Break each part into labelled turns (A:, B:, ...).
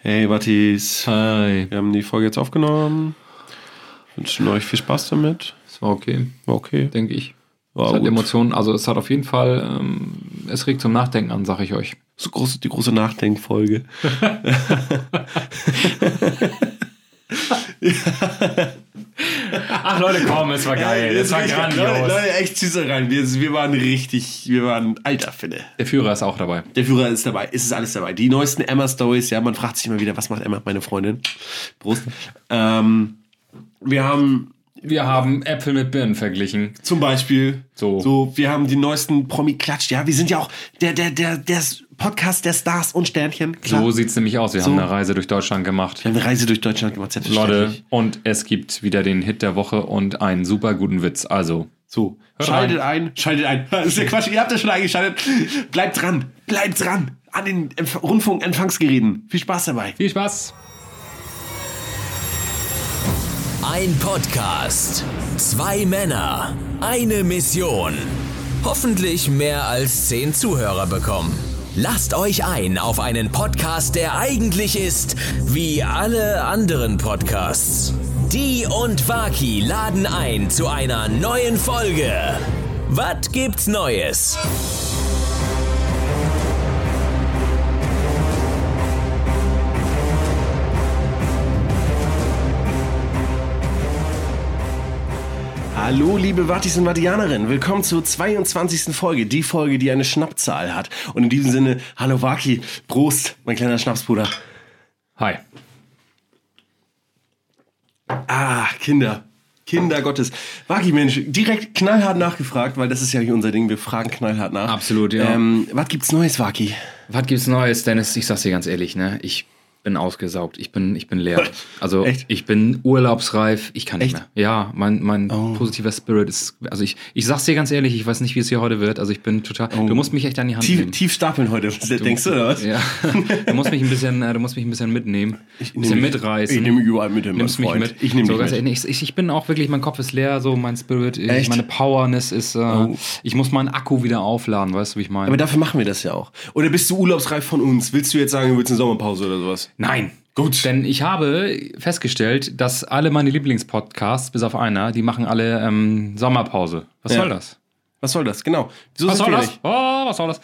A: Hey Battis,
B: Hi.
A: wir haben die Folge jetzt aufgenommen. Wünschen euch viel Spaß damit.
B: Es war okay,
A: War okay.
B: denke ich.
A: War
B: es hat
A: gut.
B: Emotionen, also es hat auf jeden Fall, ähm, es regt zum Nachdenken an, sag ich euch.
A: So groß, die große Nachdenkfolge.
B: Ach Leute, komm, es war geil. es war grandios.
A: Leute, Leute, echt Süße rein. Wir, wir waren richtig, wir waren alter Finne.
B: Der Führer ist auch dabei.
A: Der Führer ist dabei, es ist alles dabei. Die neuesten Emma-Stories, ja, man fragt sich immer wieder, was macht Emma, meine Freundin? Prost. ähm, wir haben
B: Wir haben Äpfel mit Birnen verglichen.
A: Zum Beispiel.
B: So.
A: So, wir haben die neuesten Promi-Klatsch. Ja, wir sind ja auch der, der, der, der Podcast der Stars und Sternchen. Klar.
B: So sieht's nämlich aus. Wir haben eine Reise durch Deutschland gemacht.
A: Wir haben eine Äh, Reise durch Deutschland gemacht,
B: Leute,
A: selbstverständlich.
B: und es gibt wieder den Hit der Woche und einen super guten Witz. Also,
A: So,
B: Hört
A: schaltet ein, schaltet ein. Das ist ja Quatsch, ihr habt das schon eingeschaltet. Bleibt dran, bleibt dran an den Empf- Rundfunkempfangsgeräten. Viel Spaß dabei.
B: viel Spaß.
C: Ein Podcast. Zwei Männer. Eine Mission. Hoffentlich mehr als zehn Zuhörer bekommen. Lasst euch ein auf einen Podcast, der eigentlich ist wie alle anderen Podcasts. Die und Waki laden ein zu einer neuen Folge. Was gibt's Neues?
A: Hallo, liebe Wattis und Wattianerinnen. Willkommen zur 22. Folge. Die Folge, die eine Schnappzahl hat. Und in diesem Sinne, hallo Waki, Prost, mein kleiner Schnapsbruder.
B: Hi.
A: Ah, Kinder. Kinder Gottes. Wagi, Mensch, direkt knallhart nachgefragt, weil das ist ja hier unser Ding. Wir fragen knallhart nach.
B: Absolut, ja.
A: Ähm, was gibt's Neues, Waki?
B: Was gibt's Neues, Dennis? Ich sag's dir ganz ehrlich, ne? Ich bin ausgesaugt. Ich bin, ich bin leer. Also
A: Echt?
B: ich bin urlaubsreif. Ich kann nicht
A: Echt? Oh.
B: mehr. Ja, mein, mein positiver Spirit ist. Also ich, ich sag's dir ganz ehrlich, ich weiß nicht, wie es hier heute wird. Also ich bin total. Du musst mich echt an die Hand
A: Oh. Tief,
B: nehmen.
A: tief stapeln heute, denkst du, oder was?
B: Ja. Du musst mich ein bisschen, äh, du musst mich ein bisschen mitnehmen. Ein bisschen
A: nehm mich-
B: mitreißen.
A: ich nehm überall mit hin, mein
B: Nimmst mich
A: Freund.
B: mit.
A: Ich nehm
B: so,
A: dich
B: ganz
A: mit.
B: ehrlich, Ich, ich bin auch wirklich, mein Kopf ist leer, so mein Spirit, ich,
A: Echt? Oh.
B: meine Powerness ist. Äh, Ich muss meinen Akku wieder aufladen, weißt du, wie ich meine?
A: Aber dafür machen wir das ja auch. Oder bist du urlaubsreif von uns? Willst du jetzt sagen, du willst eine Sommerpause oder sowas?
B: Nein.
A: Gut.
B: Denn ich habe festgestellt, dass alle meine Lieblingspodcasts, bis auf einer, die machen alle ähm, Sommerpause. Was
A: Ja.
B: soll das?
A: Was soll das? Genau. So
B: Was
A: sind
B: soll
A: wir
B: das?
A: nicht.
B: Oh, was soll das?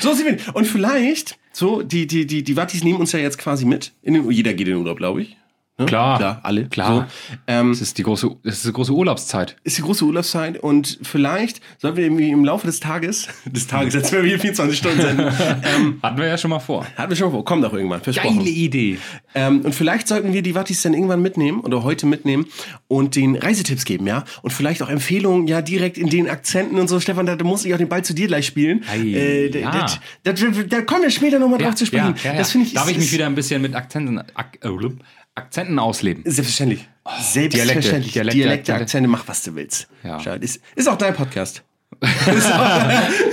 A: So sind wir. nicht. Und vielleicht, so, die, die, die, die Wattis nehmen uns ja jetzt quasi mit. In den, jeder geht in den Urlaub, glaube ich. Ne?
B: Klar.
A: Klar, alle.
B: Ah. Klar.
A: So. Ähm,
B: Das ist die große, das ist die große Urlaubszeit.
A: ist die große Urlaubszeit und vielleicht sollten wir irgendwie im Laufe des Tages, des Tages, jetzt werden wir hier 24 Stunden senden, ähm,
B: Hatten wir ja schon mal vor.
A: hatten wir schon vor, kommt doch irgendwann, versprochen.
B: Idee.
A: Ähm, und vielleicht sollten wir die Wattis dann irgendwann mitnehmen oder heute mitnehmen und den Reisetipps geben, ja? Und vielleicht auch Empfehlungen, ja, direkt in den Akzenten und so. Stefan, da, da muss ich auch den Ball zu dir gleich spielen. Äh,
B: Ei,
A: da,
B: ja.
A: das- da, da, da kommen wir später nochmal
B: Ja,
A: drauf zu sprechen.
B: Ja, ja, ja.
A: Das finde ich,
B: Darf
A: ist-
B: ich mich
A: ist-
B: wieder ein bisschen mit Akzenten, Ak äh, blub, Akzenten ausleben?
A: Selbstverständlich. Selbstverständlich.
B: Oh, Dialekte,
A: Dialekte,
B: Dialekte,
A: Akzente, mach was du willst.
B: Ja.
A: Schau, Ist, ist auch dein Podcast.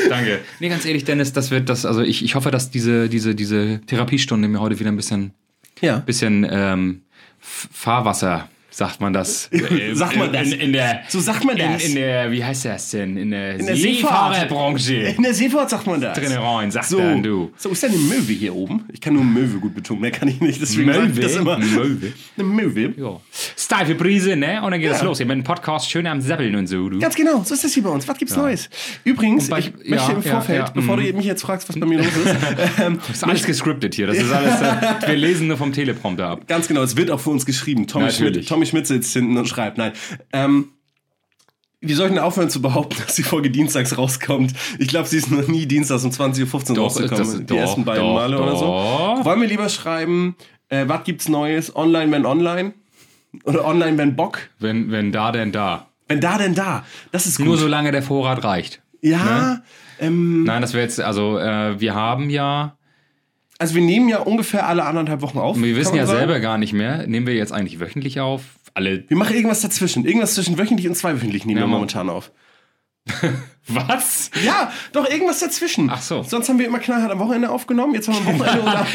B: Danke. Nee, ganz ehrlich, Dennis, das wird das, also ich, ich hoffe, dass diese, diese, diese Therapiestunde mir heute wieder ein bisschen
A: Ja.
B: bisschen ähm, F- Fahrwasser, sagt man das. Äh,
A: Sagt man das?
B: In, in der,
A: So sagt man das.
B: In, in der, wie heißt das denn? In der,
A: der Seefahrt.
B: Seefahrerbranche.
A: In der Seefahrt sagt man das.
B: Drinne rein, sagt
A: So,
B: dann du.
A: so ist da eine Möwe hier oben? Ich kann nur Möwe gut betonen, mehr kann ich nicht. Deswegen sag ich
B: Möwe? Hm.
A: das immer.
B: Möwe?
A: Eine Möwe.
B: Ja. Steife Brise, ne? Und dann geht es
A: Ja.
B: los. Ihr mit dem Podcast schön am Seppeln und so, du.
A: Ganz genau, so ist das hier bei uns. Was gibt's Neues? Übrigens,
B: bei-
A: ich
B: ja,
A: möchte im
B: ja,
A: Vorfeld,
B: ja,
A: bevor
B: mhm.
A: du mich jetzt fragst, was bei mir los ist, ähm,
B: Das ist alles gescriptet hier. Das ist alles, äh, wir lesen nur vom Teleprompter ab.
A: ganz genau, es wird auch für uns geschrieben. Tommy,
B: Natürlich.
A: Schmidt, Tommy Schmidt sitzt hinten und schreibt. Nein. Ähm, wir sollten aufhören zu behaupten, dass die Folge dienstags rauskommt. Ich glaube, sie ist noch nie dienstags um 20.15 Uhr
B: Doch,
A: rausgekommen.
B: das-
A: die
B: doch,
A: ersten beiden
B: doch,
A: Male oder so.
B: doch.
A: Wollen wir lieber schreiben, äh, was gibt's Neues? Online, wenn online? Oder online, wenn Bock?
B: Wenn, wenn da, denn da.
A: Wenn da, denn da. Das ist gut.
B: Nur ne? solange der Vorrat reicht.
A: ja, ähm, Hm.
B: Nein, das wäre jetzt, also äh, wir haben ja,
A: also wir nehmen ja ungefähr alle anderthalb Wochen auf.
B: wir
A: kann
B: wissen
A: man
B: ja
A: sagen.
B: selber gar nicht mehr, nehmen wir jetzt eigentlich wöchentlich auf, alle
A: Wir machen irgendwas dazwischen. Irgendwas zwischen wöchentlich und zweiwöchentlich nehmen wir
B: Mann.
A: momentan auf.
B: Was?
A: Ja, doch irgendwas dazwischen.
B: Ach so.
A: Sonst haben wir immer knallhart am Wochenende aufgenommen. Jetzt haben wir am Wochenende oder.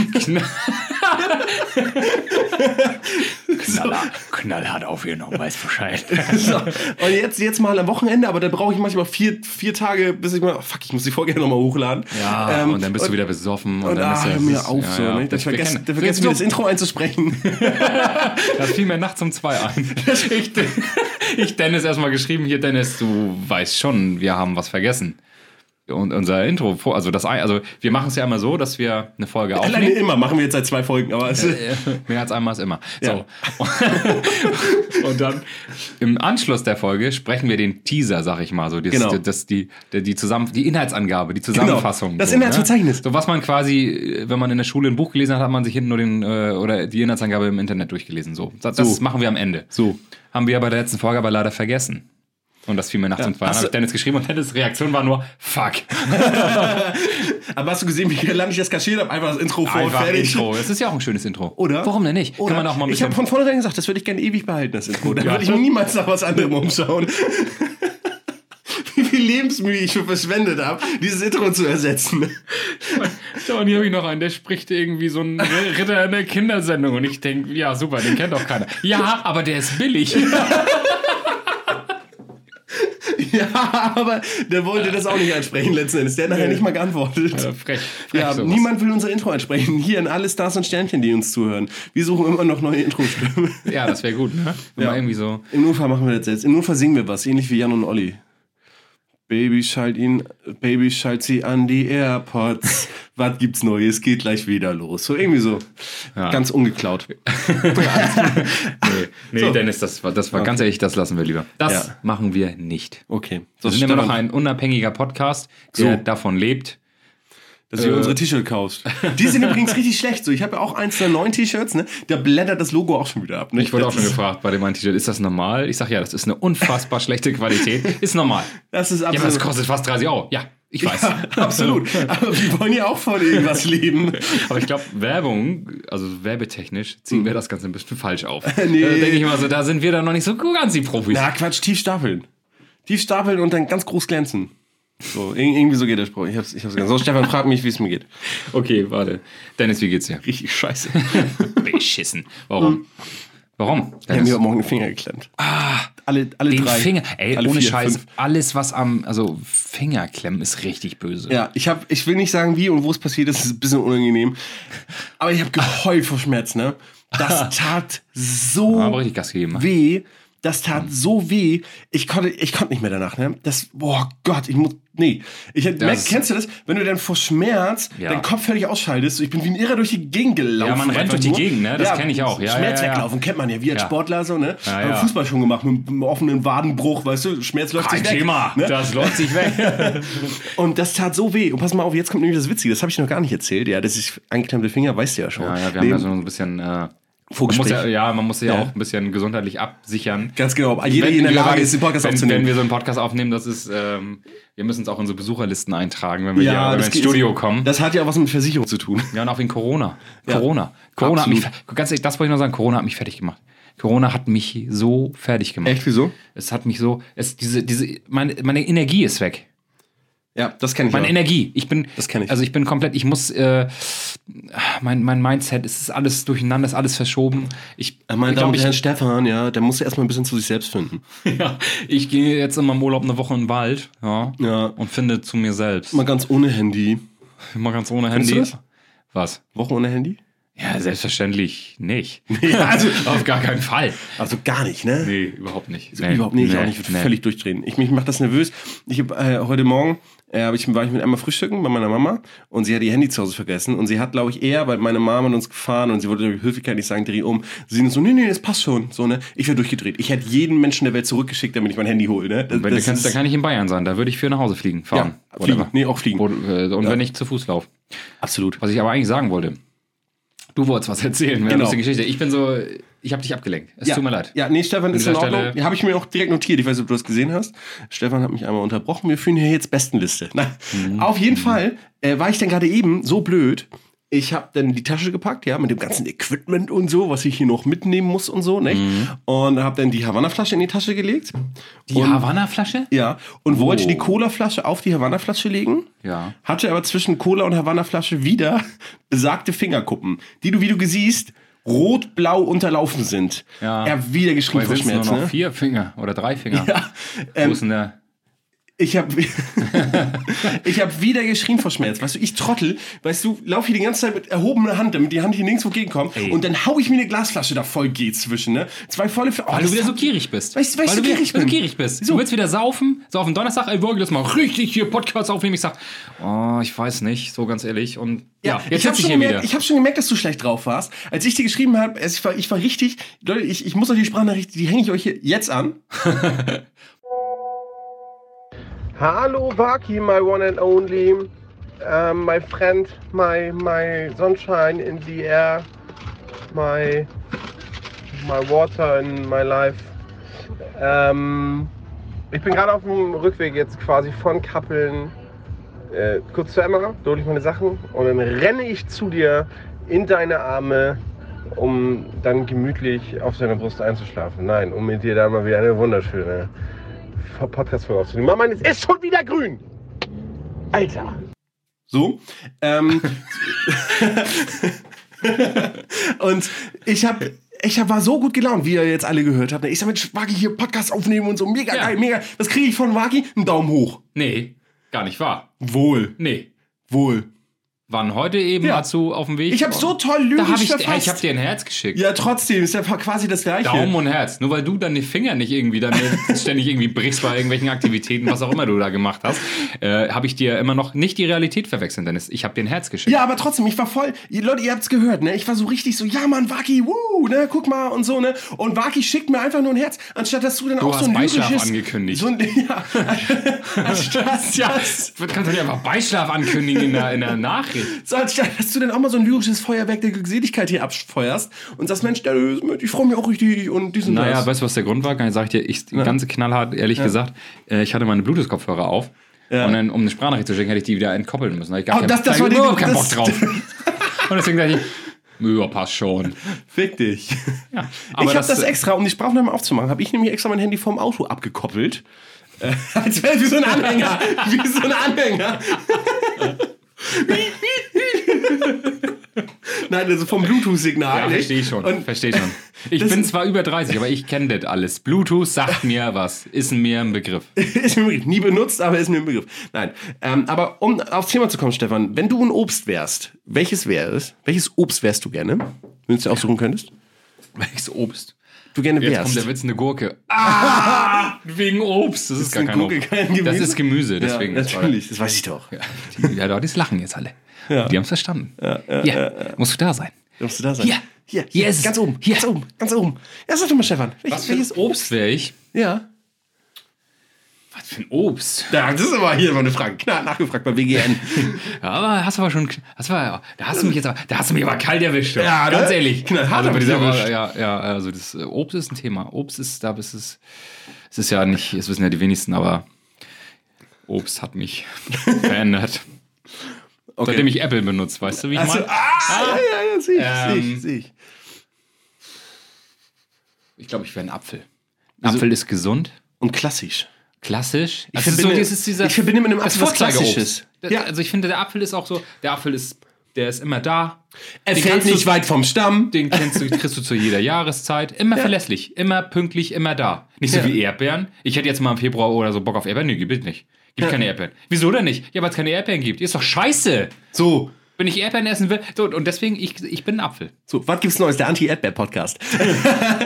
B: Knaller, knallhart aufgenommen, weiß Bescheid.
A: So. Und jetzt, jetzt mal am Wochenende, aber dann brauche ich manchmal vier, vier Tage, bis ich mal, oh fuck, ich muss die Folge ja nochmal hochladen.
B: Ja,
A: Ähm,
B: und dann bist du wieder besoffen. Und,
A: Und,
B: dann
A: ah,
B: bist du,
A: hör
B: das
A: mir
B: ist-
A: auf,
B: ja,
A: so,
B: ja.
A: ne? Da
B: Ich
A: vergesst,
B: bekenne.
A: da vergesst mir das
B: Willst
A: Intro einzusprechen.
B: du- Da fiel mir nachts um zwei ein. Ich, ich Dennis erstmal geschrieben, hier Dennis, du weißt schon, wir haben was vergessen. Und unser Intro, vor- also das, ein- also wir machen es ja immer so, dass wir eine
A: Äh,
B: Folge aufnehmen.
A: Alleine immer, machen wir jetzt seit zwei Folgen, aber es,
B: Mehr als einmal ist immer.
A: Ja.
B: So. Und dann im Anschluss der Folge sprechen wir den Teaser, sag ich mal, so das,
A: Genau.
B: das, die, die, die, zusammen, die Inhaltsangabe, die Zusammenfassung.
A: Genau. Das
B: so,
A: Inhaltsverzeichnis.
B: Ne? So was man quasi, äh, wenn man in der Schule ein Buch gelesen hat, hat man sich hinten nur den äh, oder die Inhaltsangabe im Internet durchgelesen. So, das, das
A: So.
B: machen wir am Ende.
A: So.
B: haben wir bei der letzten Folge aber leider vergessen. Und das fiel mir nachts um zwei. Dann
A: Hast
B: habe
A: du-
B: ich Dennis geschrieben und Dennis' Reaktion war nur Fuck.
A: aber hast du gesehen, wie lange ich das kaschiert habe? Einfach das Intro vor,
B: Einfach
A: fertig.
B: Intro. Das ist ja auch ein schönes Intro.
A: Oder?
B: Warum denn nicht?
A: Oder
B: Kann man auch mal ein
A: ich
B: bisschen.
A: habe von vornherein gesagt, das würde ich gerne ewig behalten, das Intro. Da
B: Ja.
A: würde ich mich niemals nach was anderem umschauen. Wie viel Lebensmühe ich schon verschwendet habe, dieses Intro zu ersetzen.
B: So, und hier habe ich noch einen, der spricht irgendwie so ein Ritter in der Kindersendung. Und ich denke, ja, super, den kennt doch keiner. Ja, aber der ist billig.
A: Ja, aber der wollte das auch nicht ansprechen letzten Endes. Der hat nachher nicht mal geantwortet.
B: Ja, frech, frech
A: Ja,
B: sowas.
A: niemand will unser Intro ansprechen. Hier an alle Stars und Sternchen, die uns zuhören. Wir suchen immer noch neue Intro-Stimmen.
B: Ja, das wäre gut, ne? Wenn
A: Ja.
B: man irgendwie so.
A: Im Notfall machen wir das jetzt. Im Notfall singen wir was, ähnlich wie Jan und Olli. Baby, schalt ihn, Baby, schalt sie an die AirPods. was gibt's Neues? Geht gleich wieder los. So irgendwie so. Ganz ungeklaut.
B: Nee, nee Dennis, das war, das war ganz ehrlich, das lassen wir lieber. Das
A: Ja.
B: machen wir nicht.
A: Okay. So,
B: Wir sind immer noch
A: Stefan,
B: ein unabhängiger Podcast, der
A: So.
B: davon lebt.
A: dass
B: äh,
A: ihr unsere T-Shirt kaufst. Die sind übrigens richtig schlecht. So, ich habe ja auch eins der neuen T-Shirts, ne? Da blättert das Logo auch schon wieder ab. Ne?
B: Ich wurde auch
A: Das
B: schon
A: ist-
B: gefragt bei dem einen T-Shirt, ist das normal? Ich sage, ja, das ist eine unfassbar schlechte Qualität. Ist normal.
A: Das ist
B: Ja, aber das
A: absolut.
B: kostet fast 30 Euro. Ja, ich weiß.
A: absolut. Aber wir wollen ja auch von irgendwas leben.
B: Aber ich glaube, Werbung, also werbetechnisch, ziehen wir das Ganze ein bisschen falsch auf.
A: Mhm. Nee.
B: Da denke ich mal so, da sind wir dann noch nicht so ganz die Profis.
A: Na, Quatsch, tief stapeln. Tief stapeln und dann ganz groß glänzen. So, ir- irgendwie so geht der Spruch. Ich hab's, ich hab's ganz. So, Stefan, frag mich, wie es mir geht.
B: Okay, warte. Dennis, wie geht's dir?
A: Richtig scheiße.
B: Beschissen. Warum? Warum?
A: Ich hab
B: Dennis?
A: Mhm. mir heute Morgen den Finger geklemmt. Ah, alle, alle
B: Den
A: drei.
B: Finger. Ey,
A: alle
B: ohne
A: vier,
B: Scheiß.
A: fünf.
B: Alles, was am, also Fingerklemmen ist richtig böse.
A: Ja, ich, hab, ich will nicht sagen, wie und wo es passiert ist, ist ein bisschen unangenehm. Aber ich habe geheult vor Schmerz, ne? Das tat so
B: Aber richtig Gas gegeben. ne?
A: weh. Das tat so weh. Ich konnte, ich konnte nicht mehr danach, ne? Das, boah Gott, ich muss, nee. Ich, merk,
B: ist-
A: kennst du das? Wenn du dann vor Schmerz
B: Ja.
A: deinen Kopf völlig ausschaltest, ich bin wie ein Irrer durch die Gegend gelaufen.
B: Ja, man rennt
A: Einfach
B: durch die
A: nur.
B: Gegend, ne? Das kenn ich auch. Ja,
A: Schmerz
B: ja, ja.
A: weglaufen kennt man ja, wie als
B: Ja.
A: Sportler so, ne?
B: Ja,
A: Haben
B: ja.
A: Fußball schon gemacht mit einem offenen Wadenbruch, weißt du? Schmerz läuft
B: Kein
A: sich weg.
B: Thema.
A: Ne?
B: Das läuft sich weg.
A: Und das tat so weh. Und pass mal auf, jetzt kommt nämlich das Witzige, das habe ich noch gar nicht erzählt. Ja, das ist eingeklemmte Finger, weißt du ja schon.
B: Ja, ja, wir haben
A: Nee,
B: ja so ein bisschen. Äh, man muss
A: Vorgespräch.
B: ja, ja, man muss ja,
A: Ja.
B: auch ein bisschen gesundheitlich absichern.
A: Ganz genau, ob jeder in der
B: wir-
A: Lage ist, den Podcast
B: wenn,
A: aufzunehmen.
B: Wenn wir so einen Podcast aufnehmen, das ist, ähm, wir müssen es auch in so Besucherlisten eintragen, wenn wir hier wenn wir ins
A: geht-
B: Studio kommen.
A: Das hat ja auch was mit Versicherung zu tun.
B: Ja, und auch wegen Corona. Corona. Corona hat mich,
A: Absolut.
B: fer- ganz ehrlich, das wollte ich noch sagen, Corona hat mich fertig gemacht. Corona hat mich so fertig gemacht.
A: wieso?
B: Es hat mich so, es, diese, diese, meine, meine Energie ist weg.
A: Ja, das kenne ich
B: Meine
A: auch.
B: Energie. Ich bin,
A: Das kenn ich.
B: Also ich bin komplett, ich muss, äh, mein, mein Mindset, es ist alles durcheinander, es ist alles verschoben. Ich,
A: Äh, Meine Damen
B: ich glaub,
A: und
B: ich,
A: Herren, Stefan, ja, der muss erstmal ein bisschen zu sich selbst finden.
B: ja, ich gehe jetzt in meinem Urlaub eine Woche in den Wald, ja,
A: Ja.
B: und finde zu mir selbst.
A: Mal ganz ohne Handy.
B: Mal ganz ohne
A: Findest
B: Handy.
A: du das?
B: Was?
A: Woche ohne Handy?
B: Ja, selbstverständlich nicht.
A: Ja, also-
B: auf gar keinen Fall.
A: Also gar nicht, ne?
B: Nee, überhaupt nicht.
A: Überhaupt nicht, ich auch nicht. Ich würd völlig durchdrehen. Ich, mich macht das nervös. Ich hab, äh, heute Morgen äh, hab ich, war ich mit einmal frühstücken bei meiner Mama und sie hat ihr Handy zu Hause vergessen und sie hat, glaube ich, eher, weil meine Mama mit uns gefahren und sie wollte die Höflichkeit nicht sagen, dreh um. Sie ist so, nee, nee, das passt schon. So, ne? Ich wäre durchgedreht. Ich hätte jeden Menschen der Welt zurückgeschickt, damit ich mein Handy hole. Ne? Das,
B: Wenn du
A: das
B: kannst,
A: ist-
B: dann kann ich in Bayern sein, da würde ich für nach Hause fliegen, fahren.
A: ja, fliegen.
B: Whatever.
A: Nee, auch fliegen.
B: Oder, äh, Und wenn ich zu Fuß laufe.
A: Absolut.
B: Was ich aber eigentlich sagen wollte. Du wolltest was erzählen, genau.
A: Genau.
B: lustige Geschichte. Ich bin so, ich habe dich abgelenkt. Es tut mir leid.
A: Ja, nee, Stefan ist in
B: dieser
A: Ordnung.
B: Stelle-
A: Habe ich mir auch direkt notiert. Ich weiß nicht, ob du das gesehen hast. Stefan hat mich einmal
B: Mhm.
A: unterbrochen. Wir führen hier jetzt Bestenliste. Na, Auf jeden Fall äh, war ich dann gerade eben so blöd ich habe dann die Tasche gepackt, ja, mit dem ganzen Equipment und so, was ich hier noch mitnehmen muss und so, nicht?
B: Mhm.
A: Und habe dann die Havanna-Flasche in die Tasche gelegt.
B: Die Havanna-Flasche?
A: Ja, und wollte die Cola-Flasche auf die Havanna-Flasche legen.
B: Oh. Ja.
A: Hatte aber zwischen Cola und Havanna-Flasche wieder besagte Fingerkuppen, die du, wie du siehst, rot-blau unterlaufen sind.
B: Ja.
A: Er hat wieder geschrien
B: Weil
A: vor
B: wir nur
A: Schmerz,
B: noch
A: ne?
B: vier Finger oder drei Finger.
A: Ja, Äh, ähm,
B: Wo ist denn der?
A: Ich habe ich hab wieder geschrien vor Schmerz. Weißt du, ich trottel, weißt du, lauf hier die ganze Zeit mit erhobener Hand, damit die Hand hier nirgendwo gegenkommt. Und dann hau ich mir eine Glasflasche da voll geht zwischen, ne? Zwei volle Fl- oh,
B: Weil
A: das
B: du wieder so
A: hat-
B: gierig bist.
A: Weil ich- weil ich so
B: wieder-
A: gierig
B: weil du
A: bin.
B: gierig bist. Du willst wieder saufen, so auf den Donnerstag, ey, Wolke, lass mal richtig hier Podcast aufnehmen. Ich sag, oh, ich weiß nicht, so ganz ehrlich. Und ja, jetzt
A: ich habe
B: sitze ich
A: schon,
B: hier
A: gemerkt-
B: wieder.
A: ich hab schon gemerkt, dass du schlecht drauf warst. Als ich dir geschrieben habe, ich war, ich war richtig, Leute, ich, ich muss euch die Sprachnachricht, die hänge ich euch hier jetzt an.
D: Hello, Vaki, my one and only, um, my friend, my my sunshine in the air, my my water in my life. Ähm, ich bin gerade auf dem Rückweg jetzt quasi von Kappeln äh, kurz zu Emma, da hole ich meine Sachen und dann renne ich zu dir in deine Arme, um dann gemütlich auf deiner Brust einzuschlafen. Nein, um mit dir da mal wieder eine wunderschöne Podcast-Folge aufzunehmen. Mama, es ist schon wieder grün! Alter!
A: So. Ähm, und ich habe ich hab, war so gut gelaunt, wie ihr jetzt alle gehört habt. Ich sag, Mensch, Wagi hier Podcast aufnehmen und so. Mega
B: Ja.
A: geil, mega. Was kriege ich von Wagi? Einen Daumen hoch.
B: nee, gar nicht wahr.
A: Wohl,
B: Nee.
A: wohl.
B: Waren heute eben
A: Ja.
B: dazu auf dem Weg.
A: Ich habe so toll lyrisch
B: da hab ich,
A: verfasst.
B: ich hab dir ein Herz geschickt.
A: ja, trotzdem, ist ja quasi das Gleiche.
B: Daumen und Herz. Nur weil du deine Finger nicht irgendwie dann ständig irgendwie brichst bei irgendwelchen Aktivitäten, was auch immer du da gemacht hast, äh, habe ich dir immer noch nicht die Realität verwechseln, Dennis. Ich habe dir ein Herz geschickt.
A: Ja, aber trotzdem, ich war voll. Ihr Leute, ihr habt's gehört, ne? Ich war so richtig so, ja, Mann, Waki, wuh, ne? Guck mal und so, ne? Und Waki schickt mir einfach nur ein Herz, anstatt dass du dann auch so
B: hast
A: ein
B: Beischlaf
A: lyrisches
B: angekündigt.
A: So ein, ja. anstatt,
B: Ja,
A: dass-
B: kannst du dir einfach Beischlaf ankündigen in der, in der Nachricht.
A: so, anstatt, dass du dann auch mal so ein lyrisches Feuerwerk der Glückseligkeit hier abfeuerst und sagst, Mensch, der ist mit, ich freue mich auch richtig und diesen
B: Naja,
A: das.
B: weißt du, was der Grund war? Kann ich, sag ich dir, ich ganz knallhart, ehrlich gesagt, äh, ich hatte meine Bluetooth-Kopfhörer auf. Und dann, um eine Sprachnachricht zu schicken, hätte ich die wieder entkoppeln müssen. Da hatte Ich gar
A: Oh,
B: keinen-
A: das- das
B: da hatte ich
A: war die-
B: überhaupt keinen Bock
A: das-
B: drauf. und deswegen dachte ich, ja, passt schon.
A: Fick dich.
B: Ja,
A: ich habe das extra, um die Sprachnahme aufzumachen, habe ich nämlich extra mein Handy vom Auto abgekoppelt. Äh, als wäre wie so ein Anhänger. Wie so ein Anhänger. Nein, also vom Bluetooth-Signal.
B: Ja,
A: nicht?
B: verstehe ich schon.
A: Und
B: Verstehe schon. Ich
A: Das-
B: bin zwar über 30, aber ich kenne das alles. Bluetooth sagt mir was. Ist mir ein Begriff.
A: ist mir im Begriff. Nie benutzt, aber ist mir im Begriff. Nein. Ähm, aber um aufs Thema zu kommen, Stefan, wenn du ein Obst wärst, welches wäre es? Welches Obst wärst du gerne? Wenn du es dir aussuchen könntest?
B: Welches Obst?
A: Du gerne
B: Jetzt
A: wärst.
B: kommt der Witz, eine Gurke. Wegen Obst. Das Ah! ist, gar
A: eine
B: kein
A: Gurke,
B: Obst.
A: kein Gemüse?
B: Das ist Gemüse, deswegen.
A: ja,
B: das war-
A: natürlich, das weiß ich doch. Ja.
B: Die, ja, Leute, das lachen jetzt alle. Die haben es verstanden. Ja, musst du da sein.
A: Musst du da sein?
B: Hier.
A: Hier,
B: Hier
A: hier,
B: ist es.
A: ganz oben,
B: Hier.
A: ganz oben, ganz oben. Ja, sag doch mal, Stefan.
B: Was für ein Obst wäre ich?
A: Ja.
B: Was für ein Obst?
A: ja. Das ist aber hier mal eine Frage. Knall nachgefragt bei WGN.
B: Ja, aber hast du aber schon, hast du aber, da hast du mich jetzt aber, da hast du mich aber kalt erwischt. du.
A: Ja, ne?
B: ganz ehrlich.
A: Knallhart
B: also, bei
A: hab ich
B: dieser,
A: erwischt.
B: ja, ja, also das äh, Obst ist ein Thema. Obst ist, da ist es, es ist ja nicht, es wissen ja die wenigsten, aber Obst hat mich verändert. Seitdem ich Apple benutze, weißt du, wie ich
A: also,
B: meine?
A: ah, ja, ja, ja, sehe ich, sehe
B: Ähm.
A: ich, sehe ich.
B: Ich glaube, ich wäre ein Apfel. Apfel ist gesund,
A: Und klassisch.
B: klassisch.
A: Also
B: Also
A: Ich verbinde- ich verbinde mit einem Apfel was Klassisches.
B: Ja.
A: Ja.
B: Also ich finde, der Apfel ist auch so, der Apfel ist, der ist immer da.
A: Er
B: Den
A: fällt
B: kannst du-
A: nicht weit vom Stamm.
B: Den kennst du, kriegst du zu jeder Jahreszeit. Immer verlässlich, immer pünktlich, immer da. Nicht so
A: Ja.
B: wie Erdbeeren. Ich hätte jetzt mal im Februar oder so Bock auf Erdbeeren. Nee, gibt nicht. Gibt keine Erdbeeren. Wieso denn nicht? Ja, weil es keine Erdbeeren gibt. Ist doch scheiße.
A: So,
B: Wenn ich Erdbeeren essen will. So, und deswegen, ich, ich bin ein Apfel.
A: so, was gibt's Neues? Der Anti-Erdbeer-Podcast.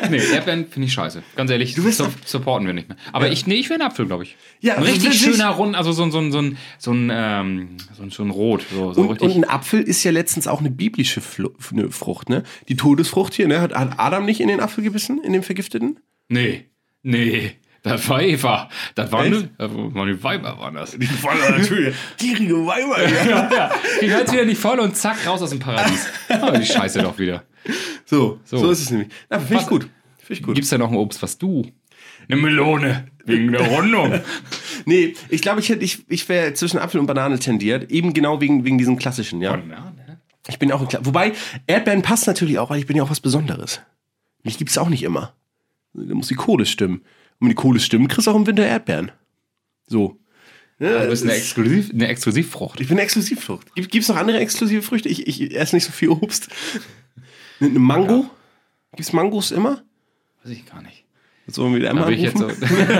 B: Nee, Erdbeeren finde ich scheiße. Ganz ehrlich,
A: bist
B: sup-
A: doch-
B: supporten wir nicht mehr. Aber ich, nee, ich wäre ein Apfel, glaube ich.
A: Ja,
B: ein
A: also
B: richtig
A: wirklich-
B: schöner Rund, also so ein, so ein, so ein, so ein, ähm, so ein, so ein Rot. So, so
A: Und,
B: richtig.
A: und ein Apfel ist ja letztens auch eine biblische Flu eine Frucht, ne? Die Todesfrucht hier, ne? Hat, hat Adam nicht in den Apfel gebissen, in den Vergifteten?
B: nee, nee, das war Eva. Das waren,
A: Echt?
B: das waren die Weiber, waren das.
A: Voll natürlich. Gierige Weiber, ja.
B: Die hört wieder nicht voll und zack, raus aus dem Paradies. Aber die Scheiße doch wieder.
A: So,
B: So.
A: so, ist es nämlich. Na, Finde ich
B: Was-
A: gut. Finde ich gut.
B: Gibt's da noch ein Obst, was du? Eine Melone. Wegen der Rundung.
A: Nee, ich glaube, ich hätte, ich, ich wäre zwischen Apfel und Banane tendiert, eben genau wegen, wegen diesem klassischen, ja.
B: Banane?
A: Ich bin auch ein Kla Wobei, Erdbeeren passt natürlich auch, weil ich bin ja auch was Besonderes. Mich gibt's auch nicht immer. Da muss die Kohle stimmen. Und wenn die Kohle stimmen, kriegst du auch im Winter Erdbeeren. So. Ja,
B: Du bist Also, eine, Exklusiv, eine Exklusivfrucht.
A: ich bin eine Exklusivfrucht. Gibt es noch andere exklusive Früchte? Ich, ich esse nicht so viel Obst. Eine eine Mango? Gibt's Mangos immer?
B: Weiß ich gar nicht.
A: So wieder
B: Da
A: einmal
B: bin ich jetzt so.
A: anrufen?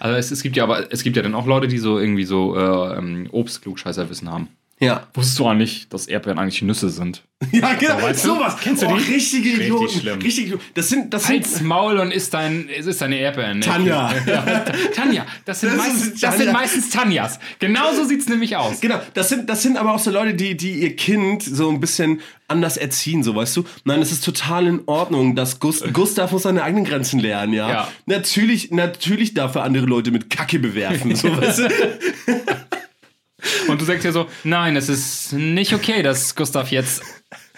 B: also es, es gibt ja aber es gibt ja dann auch Leute, die so irgendwie so äh, ähm, Obstklugscheißerwissen haben.
A: Ja.
B: Wusstest du eigentlich, dass Erdbeeren eigentlich Nüsse sind?
A: Ja, genau.
B: weißt du?
A: Sowas. Kennst
B: du die?
A: Richtige
B: Richtig
A: Idioten.
B: schlimm.
A: Richtig Idioten. Das sind, das sind
B: Halt's Maul und isst dein, es ist deine Erdbeeren. ne?
A: Tanja.
B: Ja, Tanja, das sind,
A: Das ist
B: meistens,
A: Tanja.
B: das sind meistens Tanjas. Genauso sieht's nämlich aus.
A: Genau, das sind, das sind aber auch so Leute, die, die ihr Kind so ein bisschen anders erziehen, so weißt du. Nein, es ist total in Ordnung, dass Gust Gustav muss seine eigenen Grenzen lernen, ja.
B: Ja.
A: Natürlich, natürlich darf er andere Leute mit Kacke bewerfen, so weißt du.
B: Und du sagst ja so, nein, es ist nicht okay, dass Gustav jetzt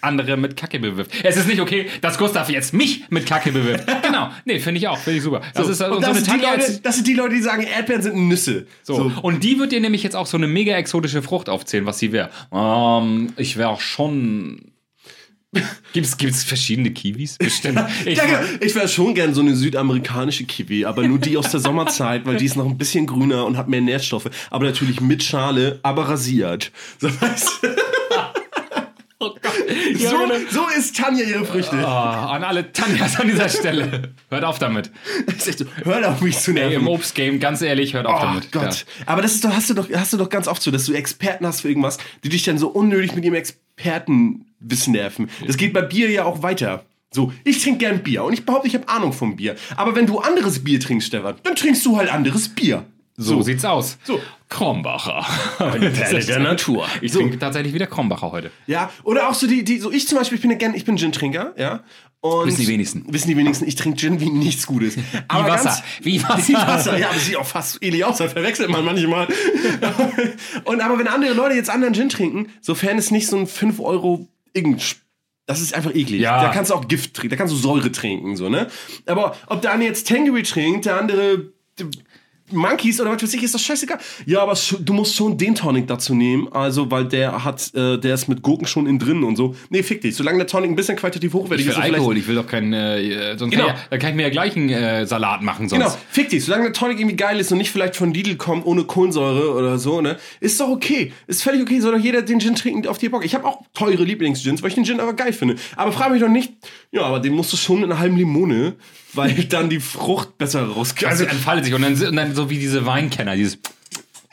B: andere mit Kacke bewirft. Es ist nicht okay, dass Gustav jetzt mich mit Kacke bewirft. Genau. Nee, finde ich auch. Finde ich super. Das ist also
A: Und
B: so
A: das, sind
B: eine
A: die
B: Tanja
A: Leute,
B: als,
A: das sind die Leute, die sagen, Erdbeeren sind Nüsse.
B: so. Und die wird dir nämlich jetzt auch so eine mega exotische Frucht aufzählen, was sie wäre. Ähm, ich wäre schon. Gibt's, gibt's verschiedene Kiwis? Bestimmt. Ich,
A: Ja, genau. Ich wäre schon gern so eine südamerikanische Kiwi, aber nur die aus der Sommerzeit, weil die ist noch ein bisschen grüner und hat mehr Nährstoffe. Aber natürlich mit Schale, aber rasiert. So, weißt du?
B: Oh Gott. Ja,
A: so,
B: genau.
A: so ist Tanja ihre Früchte.
B: Ah, an alle Tanjas an dieser Stelle. Hört auf damit.
A: Ist echt so, hör auf mich zu
B: Ey,
A: nerven.
B: Im Obstgame, ganz ehrlich, hört auf
A: Oh
B: damit.
A: Gott. Aber das ist doch, hast du doch, hast du doch ganz oft so, dass du Experten hast für irgendwas, die dich dann so unnötig mit ihrem Expertenwissen nerven. Das geht bei Bier ja auch weiter. So, ich trinke gern Bier und ich behaupte, ich habe Ahnung vom Bier. Aber wenn du anderes Bier trinkst, Stefan, dann trinkst du halt anderes Bier.
B: So, sieht's aus.
A: So.
B: Krombacher.
A: Perle der Natur.
B: Ich
A: So.
B: trinke tatsächlich wieder Krombacher heute.
A: Ja, oder auch so die, die, so ich zum Beispiel, ich bin ja gern, ich bin Gin-Trinker, ja. Und
B: Wissen die wenigsten.
A: Wissen die wenigsten, ich trinke Gin wie nichts Gutes. Aber
B: Wasser.
A: Ganz,
B: Wie Wasser.
A: Wie Wasser. Ja, aber sieht auch fast ähnlich aus, da verwechselt man manchmal. Und aber wenn andere Leute jetzt anderen Gin trinken, sofern es nicht so ein 5 Euro irgend das ist einfach eklig.
B: Ja.
A: Da kannst du auch Gift trinken, da kannst du Säure trinken, so, ne? Aber ob der eine jetzt Tangery trinkt, der andere äh, Monkeys oder was weiß ich, ist das scheißegal. Ja, aber sch- du musst schon den Tonic dazu nehmen, also, weil der hat, äh, der ist mit Gurken schon innen drin und so. Nee, fick dich. Solange der Tonic ein bisschen qualitativ hochwertig
B: Ich will
A: ist, und vielleicht-
B: Alkohol, ich will doch keinen. Äh, sonst
A: Genau.
B: kann, ich, ja- dann kann ich mir ja gleich einen äh, Salat machen sonst.
A: Genau, fick dich. Solange der Tonic irgendwie geil ist und nicht vielleicht von Lidl kommt, ohne Kohlensäure oder so, ne? Ist doch okay. Ist völlig okay. Soll doch jeder den Gin trinken, auf die er Bock. hat. Ich habe auch teure Lieblingsgins, weil ich den Gin aber geil finde. Aber frag mich doch nicht, ja, aber den musst du schon in einer halben Limone, weil dann die Frucht besser rauskommt.
B: Also
A: Also,
B: entfaltet sich und dann, und dann so wie diese Weinkenner, dieses.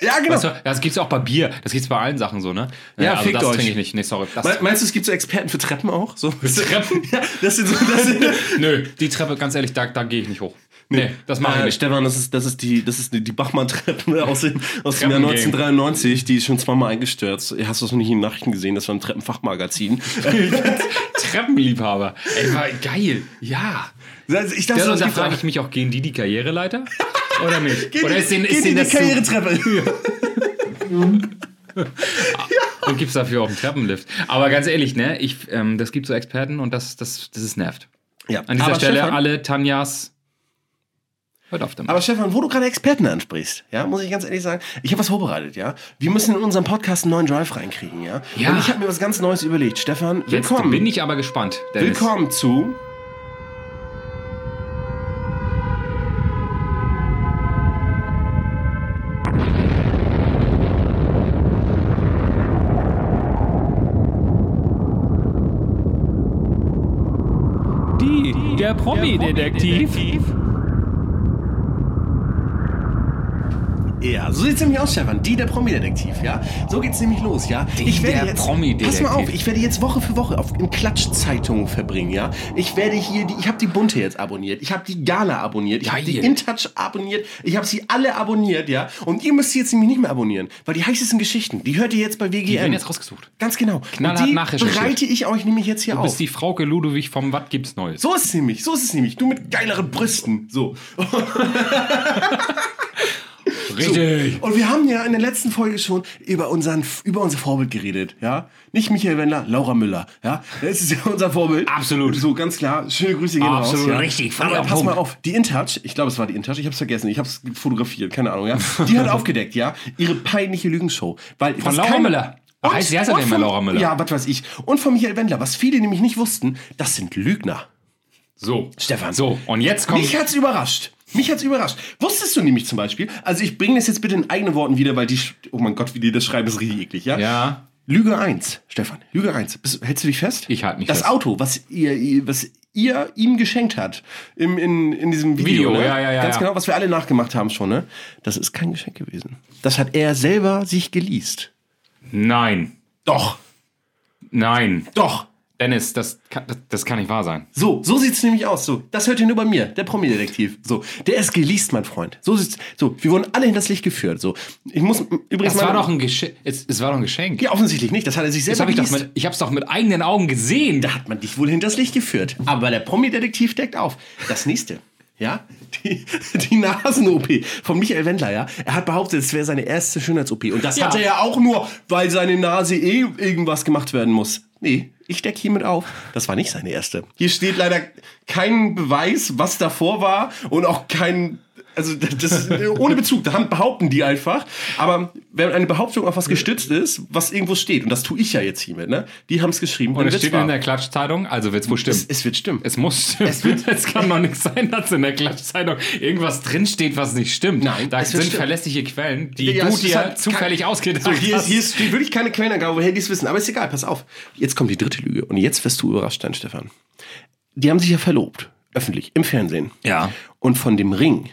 A: ja, genau.
B: Weißt du, das gibt's auch bei Bier, das gibt's bei allen Sachen so, ne?
A: Ja,
B: also
A: fickt
B: das
A: euch.
B: trinke ich nicht. Nee, sorry. Das,
A: Me- Meinst du, es gibt so Experten für Treppen auch? So?
B: Treppen?
A: Ja, das sind so, das sind,
B: nö, die Treppe, ganz ehrlich, da, da gehe ich nicht hoch. Nee, das mache ich
A: Äh,
B: nicht.
A: Stefan, das ist, das ist die, das ist die, die Bachmann-Treppe aus, dem- aus dem Jahr
B: Treppengame.
A: 1993, die ist schon zweimal eingestürzt. Hast du das noch nicht in den Nachrichten gesehen? Das war im Treppenfachmagazin.
B: Treppenliebhaber. Ey, war geil. Ja.
A: Also ich dachte,
B: Ja, und
A: das
B: da
A: gibt's
B: frage
A: auch.
B: ich mich auch, gehen die die Karriereleiter? Oder nicht?
A: Geht
B: Oder
A: die-
B: ist denen-
A: geht
B: ist
A: die die
B: denen das zu-
A: Karrieretreppe.
B: Und gibt's dafür auch einen Treppenlift. Aber ganz ehrlich, ne, ich, ähm, das gibt so Experten und das, das, das ist nervt.
A: Ja.
B: An dieser
A: aber
B: Stelle
A: Stefan,
B: alle Tanjas. Hört auf damit.
A: aber Stefan, wo du gerade Experten ansprichst, ja, muss ich ganz ehrlich sagen, ich habe was vorbereitet, ja. Wir müssen in unseren Podcast einen neuen Drive reinkriegen, ja.
B: Ja.
A: Und ich habe mir was ganz Neues überlegt. Stefan,
B: Jetzt
A: willkommen.
B: bin ich aber gespannt. Dennis.
A: Willkommen zu.
E: Die, der Promi-Detektiv.
A: Ja, so sieht's nämlich aus, Stefan. Die der Promi-Detektiv, ja. So geht's nämlich los, ja. ich werde
B: der
A: jetzt,
B: Promi-Detektiv.
A: Pass mal auf, ich werde jetzt Woche für Woche auf, in Klatschzeitungen verbringen, ja. Ich werde hier, die, ich habe die Bunte jetzt abonniert, ich habe die Gala abonniert, ich habe die
B: Geil.
A: InTouch abonniert, ich habe sie alle abonniert, ja. Und ihr müsst sie jetzt nämlich nicht mehr abonnieren, weil die heißesten Geschichten, die hört ihr jetzt bei WGN.
B: Die werden jetzt rausgesucht.
A: Ganz genau.
B: Knallhart
A: Und die
B: nachrecherchiert.
A: bereite ich euch nämlich jetzt hier
B: Du
A: auf.
B: bist die Frauke Ludwig vom Wat gibt's Neues.
A: So ist es nämlich, so ist es nämlich. Du mit geileren Brüsten, so.
B: Richtig.
A: Und wir haben ja in der letzten Folge schon über, unseren, über unser Vorbild geredet, ja? Nicht Michael Wendler, Laura Müller, ja? Das ist ja unser Vorbild.
B: Absolut.
A: So, ganz klar. Schöne Grüße gehen raus.
B: Absolut
A: Ja.
B: richtig, voll
A: Aber
B: am
A: pass mal
B: Punkt.
A: auf, die InTouch, ich glaube, es war die InTouch, ich habe es vergessen, ich habe es fotografiert, keine Ahnung, ja? Die hat aufgedeckt, ja? Ihre peinliche Lügenshow. Weil Von
B: Laura Müller. Ach, heißt- sie heißt ja
A: und
B: nicht mehr
A: von-
B: Laura Müller.
A: Ja, was weiß ich. Und von Michael Wendler, was viele nämlich nicht wussten, das sind Lügner.
B: So.
A: Stefan.
B: So, und jetzt kommt.
A: Mich hat's überrascht. Mich hat's überrascht. Wusstest du nämlich zum Beispiel, also ich bringe das jetzt bitte in eigenen Worten wieder, weil die, sch- oh mein Gott, wie die das schreiben, ist richtig eklig, ja?
B: Ja.
A: Lüge 1, Stefan, Lüge 1. Bist, hältst du dich fest?
B: Ich halt mich
A: das
B: fest.
A: Das Auto, was ihr, ihr- was ihr ihm geschenkt hat, im, in, in diesem Video.
B: Video,
A: ne?
B: ja, ja, ja,
A: Ganz
B: ja.
A: genau, was wir alle nachgemacht haben schon, ne? Das ist kein Geschenk gewesen. Das hat er selber sich geleast.
B: Nein.
A: Doch,
B: Nein.
A: doch.
B: Dennis, das kann, das, das kann nicht wahr sein.
A: So, so sieht's nämlich aus. So, das hört ihr nur bei mir, der Promi-Detektiv. So, der ist geleast, mein Freund. So sieht's. So, wir wurden alle in das Licht geführt. So, ich muss m- übrigens
B: Es war
A: meine-
B: doch ein Geschenk. Es, es war doch ein Geschenk.
A: ja offensichtlich nicht. Das hat er sich
B: Das
A: selber
B: hab ich, doch
A: geleast.
B: mit, ich hab's doch mit eigenen Augen gesehen.
A: da hat man dich wohl hinters Licht geführt. Aber der Promi-Detektiv deckt auf. Das nächste. Ja, die, die Nasen-OP von Michael Wendler, ja. Er hat behauptet, es wäre seine erste Schönheits-OP. Und das
B: Ja.
A: hat er ja auch nur, weil seine Nase eh irgendwas gemacht werden muss. Nee, ich decke hiermit auf. Das war nicht seine erste. Hier steht leider kein Beweis, was davor war und auch kein. Also das das ist ohne Bezug, da haben- behaupten die einfach. Aber wenn eine Behauptung auf was gestützt ist, was irgendwo steht, und das tue ich ja jetzt hiermit, ne? Die haben es geschrieben.
B: Und
A: wenn
B: es
A: Witz
B: steht
A: war.
B: in der Klatschzeitung, also wird's wohl stimmen.
A: Es, es wird stimmen.
B: Es muss stimmen. Es, kann doch nicht sein, dass in der Klatschzeitung irgendwas drinsteht, was nicht stimmt.
A: Nein,
B: da
A: es
B: sind
A: wird stimmen.
B: verlässliche Quellen, die
A: Ja,
B: du
A: es ist
B: dir
A: halt
B: zufällig ausgedacht
A: so, hier, ist,
B: hast.
A: hier ist steht wirklich keine Quellenangabe, woher die es wissen. Aber ist egal, pass auf. Jetzt kommt die dritte Lüge. Und jetzt wirst du überrascht sein, Stefan. Die haben sich ja verlobt. Öffentlich, im Fernsehen.
B: Ja.
A: Und von dem Ring,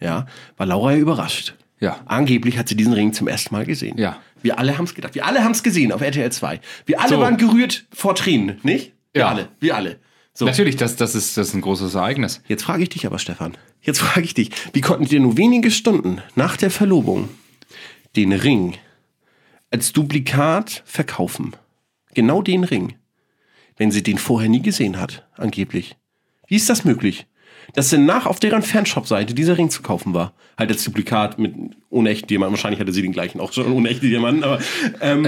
A: ja, war Laura ja überrascht.
B: Ja.
A: Angeblich hat sie diesen Ring zum ersten Mal gesehen.
B: Ja.
A: Wir alle haben es gedacht. Wir alle haben es gesehen auf RTL 2. Wir alle
B: So.
A: waren gerührt vor Tränen, nicht? Wir
B: Ja.
A: alle. Wir alle. So.
B: Natürlich, das, das, ist, das ist ein großes Ereignis.
A: Jetzt frage ich dich aber, Stefan, jetzt frage ich dich, wie konnten dir nur wenige Stunden nach der Verlobung den Ring als Duplikat verkaufen? Genau den Ring, wenn sie den vorher nie gesehen hat, angeblich. Wie ist das möglich? Dass denn nach auf deren Fanshop-Seite dieser Ring zu kaufen war. Halt als Duplikat mit ohne echten Diamanten. Wahrscheinlich hatte sie den gleichen auch schon ohne echte Diamanten, aber ähm,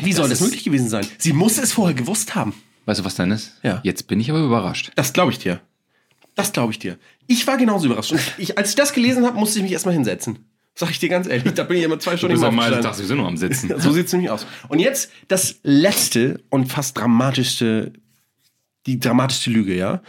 A: wie soll das,
B: ist-
A: möglich gewesen sein? Sie muss es vorher gewusst haben.
B: Weißt du, was denn ist?
A: Ja.
B: Jetzt bin ich aber überrascht.
A: Das glaube ich dir. Das glaube ich dir. Ich war genauso überrascht. Und ich, als ich das gelesen habe, musste ich mich erstmal hinsetzen. Sag ich dir ganz ehrlich, da bin ich immer zwei Stunden
B: Du bist am
A: immer
B: meisten
A: aufgestanden.
B: Tag sowieso nur am Sitzen.
A: So sieht es nämlich aus. Und jetzt das letzte und fast dramatischste, die dramatischste Lüge, ja.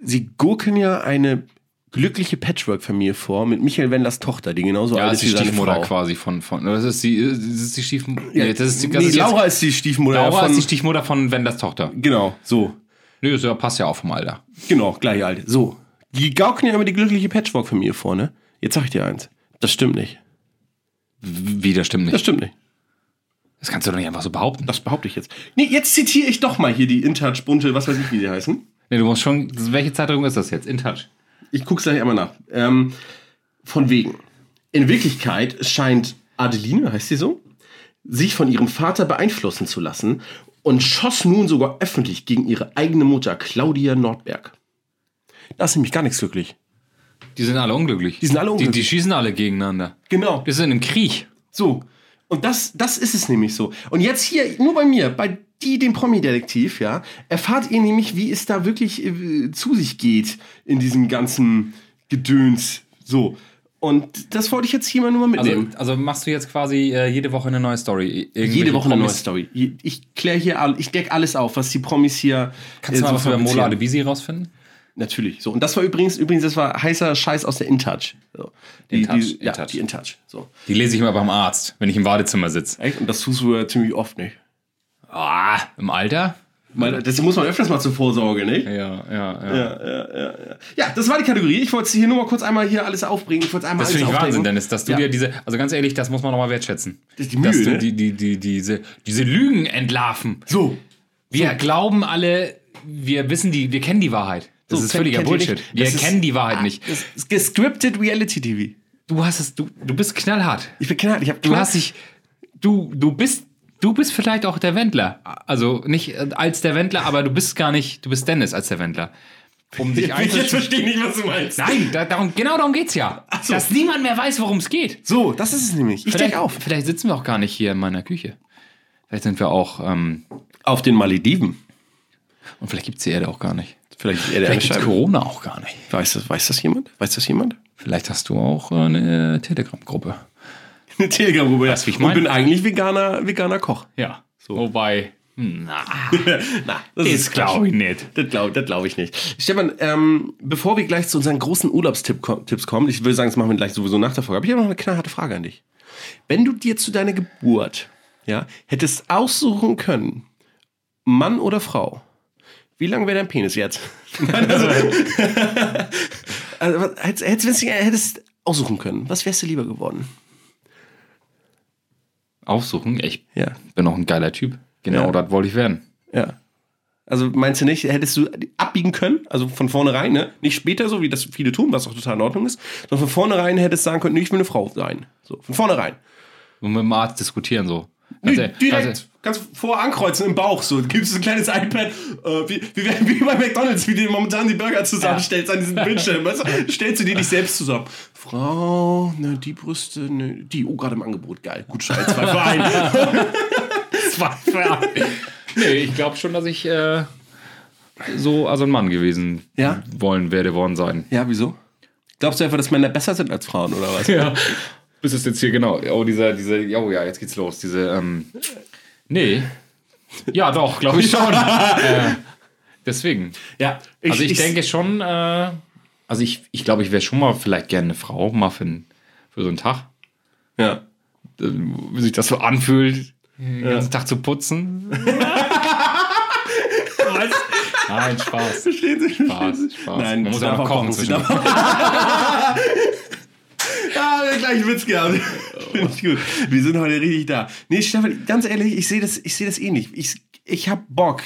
A: Sie gurken ja eine glückliche Patchwork-Familie vor mit Michael Wendlers Tochter, die genauso
B: Ja,
A: alt
B: das
A: ist wie
B: ist die
A: seine
B: Stiefmutter
A: Frau.
B: quasi von, von. Das ist die, das ist die Stiefmutter. Nee, das ist die, das
A: nee,
B: ist jetzt-
A: Laura ist die Stiefmutter
B: Laura
A: von...
B: ist die Stiefmutter von Wenders Tochter.
A: genau, so.
B: Nö, das passt ja auch vom Alter.
A: Genau, gleich alt. So. Die gaukeln ja immer die glückliche Patchwork-Familie vor, ne? Jetzt sag ich dir eins. Das stimmt nicht.
B: Wie, das stimmt
A: Das
B: nicht.
A: stimmt nicht.
B: Das kannst du doch nicht einfach so behaupten.
A: Das behaupte ich jetzt. Nee, jetzt zitiere ich doch mal hier die InTouch, Bunte, was weiß ich, wie die heißen.
B: Nee, du musst schon. Welche Zeitung ist das jetzt? In Touch.
A: Ich gucke gleich einmal nach. Ähm, von wegen. In Wirklichkeit scheint Adeline, heißt sie so, sich von ihrem Vater beeinflussen zu lassen und schoss nun sogar öffentlich gegen ihre eigene Mutter, Claudia Nordberg. Da ist nämlich gar nichts glücklich.
B: Die sind alle unglücklich. Die
A: sind alle unglücklich.
B: Die, schießen alle gegeneinander.
A: Genau.
B: Wir sind im Krieg.
A: So. Und das, das ist es nämlich so. Und jetzt hier, nur bei mir, bei die, dem Promi-Detektiv, ja, erfahrt ihr nämlich, wie es da wirklich äh, zu sich geht in diesem ganzen Gedöns. So. Und das wollte ich jetzt hier mal nur mal
B: Also,
A: mitnehmen.
B: also machst du jetzt quasi äh, jede Woche eine neue Story. Ir-
A: Jede Woche eine neue
B: Promis-
A: Story. Je- Ich kläre hier, all- ich decke alles auf, was die Promis hier.
B: Kannst du
A: äh,
B: mal was über Mola
A: fabrizieren.
B: Adebisi rausfinden?
A: Natürlich. So. Und das war übrigens, übrigens, das war heißer Scheiß aus der InTouch. So. Die,
B: InTouch,
A: die, ja,
B: InTouch.
A: die InTouch. So.
B: Die lese ich immer beim Arzt, wenn ich im Badezimmer sitze.
A: Echt? Und das tust du ja ziemlich oft nicht.
B: Ah, im Alter?
A: Weil Das muss man öfters mal zur Vorsorge, nicht?
B: Ja, ja, ja.
A: Ja, das war die Kategorie. Ich wollte es hier nur mal kurz einmal hier alles aufbringen. Ich wollte es einmal
B: Das
A: alles
B: finde ich
A: aufdecken.
B: Wahnsinn, Dennis, dass du
A: Ja.
B: dir diese, also ganz ehrlich, das muss man nochmal wertschätzen.
A: Das ist die Mühe,
B: dass du
A: ne?
B: die, die, die, diese, diese Lügen entlarven.
A: So.
B: Wir glauben alle, wir wissen die, wir kennen die Wahrheit. Das
A: So,
B: ist
A: kennt-
B: völliger
A: kennt ihr
B: Bullshit.
A: nicht?
B: Wir
A: Das ist-
B: kennen die Wahrheit
A: Ah,
B: nicht.
A: Das ist gescripted Reality TV.
B: Du hast es, du, du bist knallhart.
A: Ich bin knallt. Ich habe
B: Du hast dich, du, du bist, du bist vielleicht auch der Wendler. Also nicht äh, als der Wendler, aber du bist gar nicht, du bist Dennis als der Wendler. Um dich einzuschätzen.
A: verstehe ich nicht, was du meinst.
B: Nein, da, darum, genau darum geht's ja.
A: so.
B: Dass niemand mehr weiß, worum es geht.
A: So, das ist es nämlich. Ich
B: Vielleicht,
A: denke auf.
B: vielleicht sitzen wir auch gar nicht hier in meiner Küche. Vielleicht sind wir auch, ähm,
A: Auf den Malediven.
B: und vielleicht gibt's die Erde auch gar nicht.
A: Vielleicht, äh,
B: Vielleicht gibt's
A: der
B: Corona auch gar nicht.
A: weiß, das, weiß das jemand? Weiß das jemand?
B: Vielleicht hast du auch eine äh, Telegram-Gruppe.
A: eine Telegram-Gruppe. ja.
B: Weißt du, wie ich
A: und
B: mein?
A: bin eigentlich veganer, veganer Koch.
B: Ja. Wobei, na,
A: Na, das
B: das glaube ich nicht.
A: Das glaube das glaub ich nicht. Stefan, ähm, bevor wir gleich zu unseren großen Urlaubstipps kommen, ich will sagen, das machen wir gleich sowieso nach der Folge, aber ich habe noch eine knallharte Frage an dich. Wenn du dir zu deiner Geburt ja, hättest aussuchen können, Mann oder Frau, wie lang wäre dein Penis jetzt? Nein, also, also, was- hättest, hättest, hättest aussuchen können, was wärst du lieber geworden?
B: Aufsuchen, ich
A: Ja,
B: bin auch ein geiler Typ. Genau
A: Ja.
B: das wollte ich werden.
A: ja. Also meinst du nicht, hättest du abbiegen können, also von vornherein, ne? Nicht später, so wie das viele tun, was auch total in Ordnung ist, sondern von vornherein hättest du sagen können, nee, ich will eine Frau sein. So, von vornherein.
B: Und mit dem Arzt diskutieren so.
A: Nee,
B: Ganz ehrlich, ganz
A: direkt. Ganz vor ankreuzen im Bauch. So, gibst ein kleines iPad, äh, wie, wie, wie bei McDonalds, wie du momentan die Burger zusammenstellst an diesen Bildschirm. Weißt du? Stellst du dir nicht selbst zusammen. Frau, ne, die Brüste, ne, die, oh, gerade im Angebot, geil. Gutschein, zwei für einen.
B: ehrlich. nee, ich glaube schon, dass ich äh, so also ein Mann gewesen
A: Ja?
B: wollen werde worden sein.
A: Ja, wieso? Glaubst du einfach, dass Männer besser sind als Frauen, oder was?
B: Ja. Bis es jetzt hier genau. Oh, dieser, dieser, oh ja, jetzt geht's los. Diese, ähm, nee. Ja, doch, glaube ich schon. äh, deswegen.
A: Ja,
B: also ich, denke schon, äh, also ich ich, glaube, ich wäre schon mal vielleicht gerne eine Frau, mal für, einen- für so einen Tag.
A: Ja.
B: Äh, Wie sich das so anfühlt, den ganzen Tag zu putzen.
A: Was?
B: Nein, Spaß.
A: Verstehen Sie?
B: Spaß, Spaß.
A: Nein,
B: Man muss
A: sie darf
B: auch noch
A: auch
B: kochen
A: kochen, sie
B: zwischen.
A: Ja, wir haben gleich einen Witz gehabt.
B: Oh.
A: Finde ich gut. Wir sind heute richtig da. Nee, Stefan, ganz ehrlich, ich sehe das, ich sehe das ähnlich. Ich, ich habe Bock.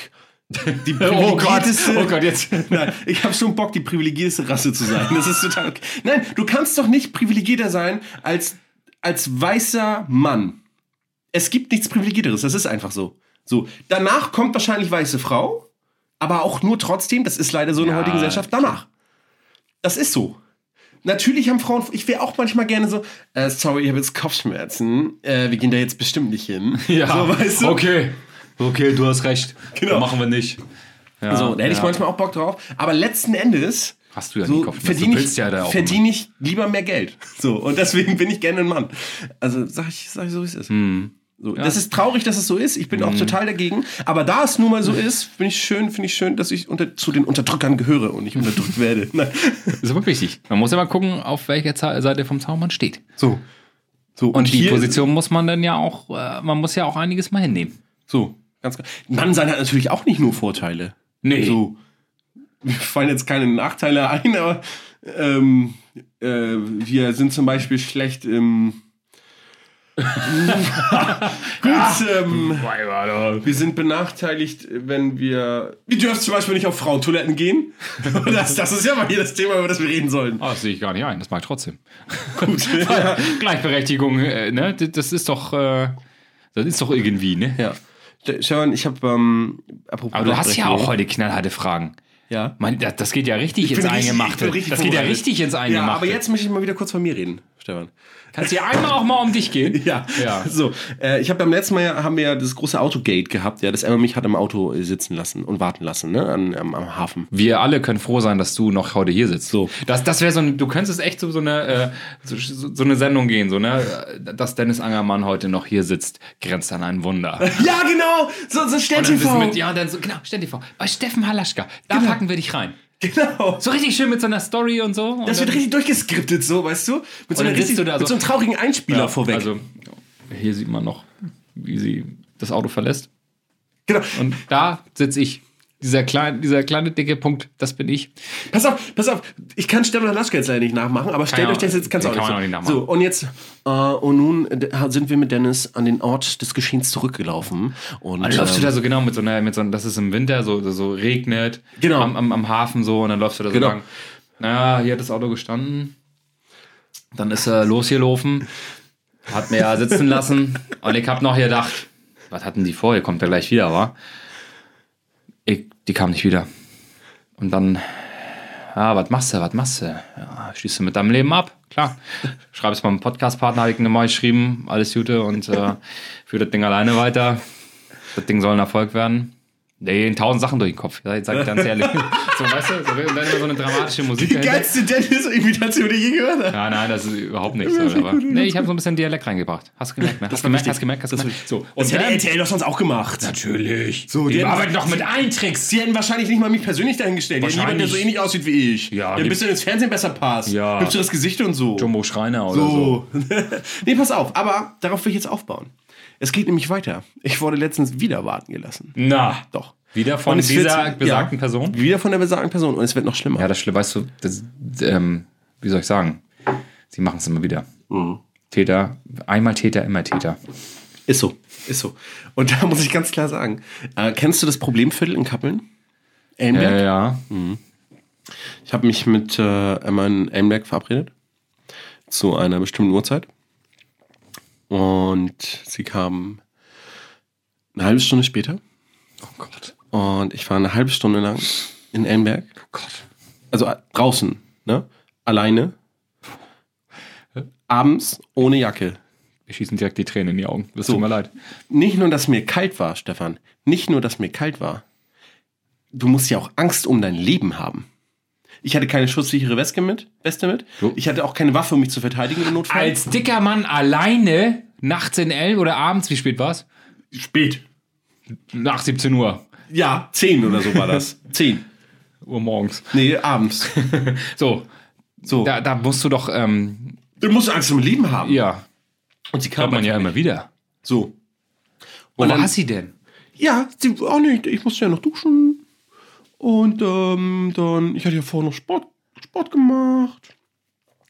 A: Die
B: Oh Gott,
A: privilegierteste-
B: oh Gott, jetzt.
A: Nein, ich habe schon Bock, die privilegierteste Rasse zu sein. Das ist total okay. Nein, du kannst doch nicht privilegierter sein als, als weißer Mann. Es gibt nichts privilegierteres, das ist einfach so. So, danach kommt wahrscheinlich weiße Frau, aber auch nur trotzdem, das ist leider so in der
B: Ja.
A: heutigen Gesellschaft danach. Das ist so. Natürlich haben Frauen, ich wäre auch manchmal gerne so, äh, sorry, ich habe jetzt Kopfschmerzen, äh, wir gehen da jetzt bestimmt nicht hin. so, weißt du?
B: Okay. Okay, du hast recht.
A: Genau.
B: Machen wir nicht. Ja,
A: So, da hätte ich
B: ja.
A: manchmal auch Bock drauf. Aber letzten Endes
B: Hast du ja nie
A: so,
B: Kopfschmerzen.
A: verdiene
B: du
A: ich,
B: willst ja da auch.
A: verdiene ich lieber mehr Geld. So, und deswegen bin ich gerne ein Mann. Also sag ich, sag ich so, wie es ist.
B: Hm.
A: So, Das ist traurig, dass es so ist. Ich bin auch total dagegen. Aber da es nun mal so ist, finde ich schön, finde ich schön, dass ich unter, zu den Unterdrückern gehöre und nicht unterdrückt werde. Nein.
B: Das ist aber wichtig. Man muss ja mal gucken, auf welcher Za- Seite vom Zaun man steht.
A: So. so.
B: Und, die
A: hier-
B: Position muss man dann ja auch, äh, man muss ja auch einiges mal hinnehmen.
A: So, ganz klar. Mann sein hat natürlich auch nicht nur Vorteile.
B: Nee.
A: So. Mir fallen jetzt keine Nachteile ein, aber ähm, äh, wir sind zum Beispiel schlecht im. Gut, ähm, wir sind benachteiligt, wenn wir. Wir dürfen zum Beispiel nicht auf Frauentoiletten gehen. Das, das ist ja mal hier das Thema, über das wir reden sollen.
B: Ah, das sehe ich gar nicht ein. Das mag ich trotzdem.
A: Gut.
B: Gleichberechtigung, äh, ne? D- Das ist doch, äh, das ist doch irgendwie, ne?
A: ja. Stefan, ich habe. Ähm, apropos
B: Aber du hast ja auch
A: Gleichberechtigung.
B: heute knallharte Fragen.
A: Ja.
B: Mein, das, das geht ja richtig
A: Ich
B: ins
A: bin richtig- ich
B: Eingemachte.
A: bin richtig
B: das geht ja
A: vorbereitet.
B: richtig ins Eingemachte.
A: Ja, aber jetzt möchte ich mal wieder kurz von mir reden, Stefan.
B: kannst du ja einmal auch mal um dich gehen.
A: Ja,
B: Ja.
A: so. Äh, ich habe beim letzten Mal ja, haben wir ja das große Autogate gehabt, ja, das Emma mich hat im Auto äh, sitzen lassen und warten lassen, ne, an, am, am Hafen.
B: Wir alle können froh sein, dass du noch heute hier sitzt.
A: So.
B: Das, das wäre so ein, du könntest echt so, so eine, äh, so, so eine Sendung gehen, so, ne? äh, Dass Dennis Angermann heute noch hier sitzt, grenzt an ein Wunder.
A: Ja, genau, so, so stell
B: Und dann wissen wir, ja, und dann so, genau, stell dir vor, bei Steffen Halaschka, da packen wir dich rein.
A: Genau.
B: So richtig schön mit so einer Story und so. und
A: Das wird
B: dann-
A: richtig durchgeskriptet, so, weißt du? Mit so,
B: Und
A: einer
B: dann sitzt
A: richtig,
B: du da so-
A: mit so einem traurigen Einspieler vorweg.
B: Also, hier sieht man noch, wie sie das Auto verlässt.
A: genau.
B: Und da sitze ich. Dieser kleine, dieser kleine dicke Punkt, das bin ich.
A: Pass auf, pass auf. Ich kann Stefan Halaschka jetzt leider nicht nachmachen, aber stellt
B: Kann
A: euch das
B: ja-
A: jetzt, kannst du
B: den
A: auch,
B: kann man
A: nicht
B: auch nicht
A: So,
B: nachmachen.
A: und jetzt, äh, und nun äh, sind wir mit Dennis an den Ort des Geschehens zurückgelaufen. Und,
B: Dann läufst du
A: ähm,
B: da so genau mit so einer, mit so, dass es im Winter so, so regnet,
A: Genau.
B: am, am, am Hafen so und dann läufst du da so
A: Genau.
B: lang. Naja, hier hat das Auto gestanden. Dann ist er losgelaufen, hat mir ja sitzen lassen und ich hab noch gedacht, was hatten die vor? Ihr kommt ja gleich wieder, wa? Ich, die kam nicht wieder. Und dann, ja, was machst du, was machst du? Ja, schließt du mit deinem Leben ab? Klar. Schreib es meinem Podcast-Partner, habe ich ihm mal geschrieben, alles Gute und äh, führe das Ding alleine weiter. Das Ding soll ein Erfolg werden. Nee, in tausend Sachen durch den Kopf, sag sag ich ganz ehrlich. so, weißt du, so, und dann immer so eine dramatische Musik
A: Die
B: dahinter.
A: geilste Dennis-Imitation, die ich je gehört habe.
B: Ja, nein, das ist überhaupt nichts. Aber, nee, ich habe so ein bisschen Dialekt reingebracht. Hast du gemerkt, ne? Hast du gemerkt, hast du gemerkt, hast du gemerkt. So,
A: Das
B: und
A: hätte
B: dann,
A: RTL doch sonst auch gemacht.
B: natürlich.
A: So,
B: So,
A: die
B: die
A: haben-
B: arbeiten doch mit allen Tricks.
A: Sie hätten wahrscheinlich nicht mal mich persönlich dahingestellt. Die hätten jemanden, der so
B: Wahrscheinlich.
A: ähnlich aussieht wie ich.
B: Ja,
A: Der ein
B: die-
A: bisschen ins Fernsehen besser passt.
B: Ja.
A: Hübscheres Gesicht und so.
B: Jumbo Schreiner oder
A: So. nee, pass auf. Aber darauf will ich jetzt aufbauen. Es geht nämlich weiter. Ich wurde letztens wieder warten gelassen.
B: Na,
A: Doch.
B: Wieder von
A: Und es
B: dieser
A: wird-
B: besagten
A: ja,
B: Person?
A: Wieder von der besagten Person. Und es wird noch schlimmer.
B: Ja, das Schlimme, weißt du, das, ähm, wie soll ich sagen? Sie machen es immer wieder. Täter, einmal Täter, immer Täter.
A: Ist so. Ist so. Und da muss ich ganz klar sagen. Äh, kennst du das Problemviertel in Kappeln? Elmberg?
B: Ja, ja.
A: Ich habe mich mit äh, Emma in Elmberg verabredet. Zu einer bestimmten Uhrzeit. Und sie kam eine halbe Stunde später.
B: Oh Gott.
A: Und ich war eine halbe Stunde lang in Elmberg. Also äh, draußen, ne? Alleine. Abends ohne Jacke.
B: Wir schießen direkt die Tränen in die Augen. Das tut mir leid.
A: Nicht nur, dass mir kalt war, Stefan. Nicht nur, dass mir kalt war. Du musst ja auch Angst um dein Leben haben. Ich hatte keine schusssichere Weste mit. Weste mit.
B: Jo.
A: Ich hatte auch keine Waffe, um mich zu verteidigen im Notfall.
B: Als dicker Mann alleine nachts in L oder abends, wie spät war's?
A: spät.
B: Nach 17 Uhr.
A: Ja, zehn oder so war das. zehn.
B: Uhr morgens.
A: Nee, abends.
B: So,
A: So.
B: da, da musst du doch, ähm,
A: Du musst Angst um dein Leben haben.
B: ja,
A: Und sie kam
B: hört man ja
A: einfach
B: immer wieder.
A: nicht. So.
B: Wo
A: Und dann-
B: war sie denn?
A: Ja, sie, auch nicht. Ich musste ja noch duschen. Und ähm, dann, ich hatte ja vorher noch Sport, Sport gemacht.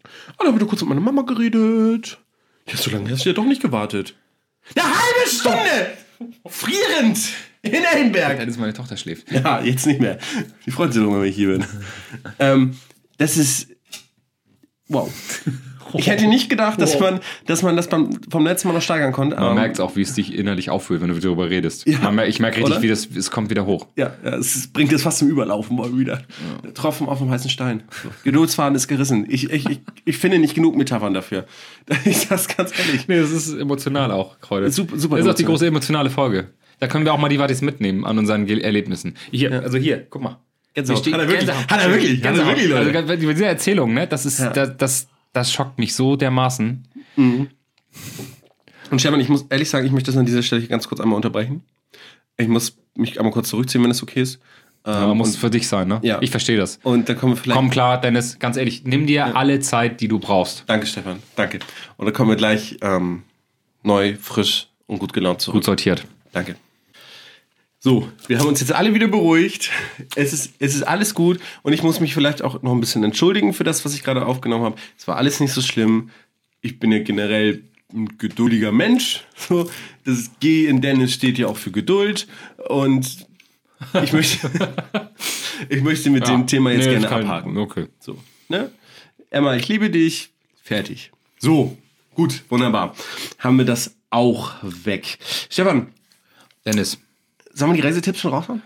A: Und dann habe ich noch kurz mit meiner Mama geredet. Ja, so lange hast du ja doch nicht gewartet. Eine halbe Stunde! Frierend! In Ellenberg!
B: Dann ist meine Tochter schläft.
A: Ja, jetzt nicht mehr. Die freut sich doch, wenn ich hier bin. ähm, das ist. Wow. Ich hätte nicht gedacht, dass man, dass man das beim, vom letzten Mal noch steigern konnte.
B: Man
A: aber-
B: merkt auch, wie es dich innerlich auffühlt, wenn du darüber redest.
A: Ja.
B: Man mer- ich merke richtig,
A: Oder?
B: wie das, es kommt wieder hoch.
A: Ja, ja, es ist- bringt es fast zum Überlaufen mal wieder. Tropfen auf dem heißen Stein. Geduldsfaden ist gerissen. Ich, ich, ich, ich finde nicht genug Metaphern dafür. Ich das ganz ehrlich.
B: Nee, das ist emotional auch heute.
A: Super- super
B: das ist auch die
A: emotional.
B: große emotionale Folge. Da können wir auch mal die Wattis mitnehmen an unseren Ge Erlebnissen. Hier, also hier, guck mal.
A: Gänsehaut.
B: Hier steht-
A: Hat er wirklich-
B: Gänsehaut.
A: hat er wirklich- hat er
B: Gänsehaut.
A: wirklich, Leute.
B: Also, bei dieser Erzählung, ne, das ist, das, das, das schockt mich so dermaßen.
A: Und Stefan, ich muss ehrlich sagen, ich möchte das an dieser Stelle hier ganz kurz einmal unterbrechen. Ich muss mich einmal kurz zurückziehen, wenn es okay ist. Ähm,
B: Aber muss
A: und,
B: für dich sein, ne?
A: Ja.
B: Ich verstehe das.
A: und dann kommen wir vielleicht.
B: Komm klar, Dennis, ganz ehrlich, nimm dir alle Zeit, die du brauchst.
A: Danke, Stefan. Danke. Und dann kommen wir gleich ähm, neu, frisch und gut gelaunt zurück.
B: Gut sortiert.
A: Danke. So, wir haben uns jetzt alle wieder beruhigt. Es ist, es ist alles gut und ich muss mich vielleicht auch noch ein bisschen entschuldigen für das, was ich gerade aufgenommen habe. Es war alles nicht so schlimm. Ich bin ja generell ein geduldiger Mensch. So, das G in Dennis steht ja auch für Geduld und ich möchte, ich möchte mit dem Thema jetzt
B: Nee,
A: gerne
B: kann-
A: abhaken.
B: Okay.
A: So, ne? Emma, ich liebe dich. Fertig. So, gut, wunderbar. Haben wir das auch weg. Stefan,
B: Dennis,
A: Sollen wir die Reisetipps schon raushauen?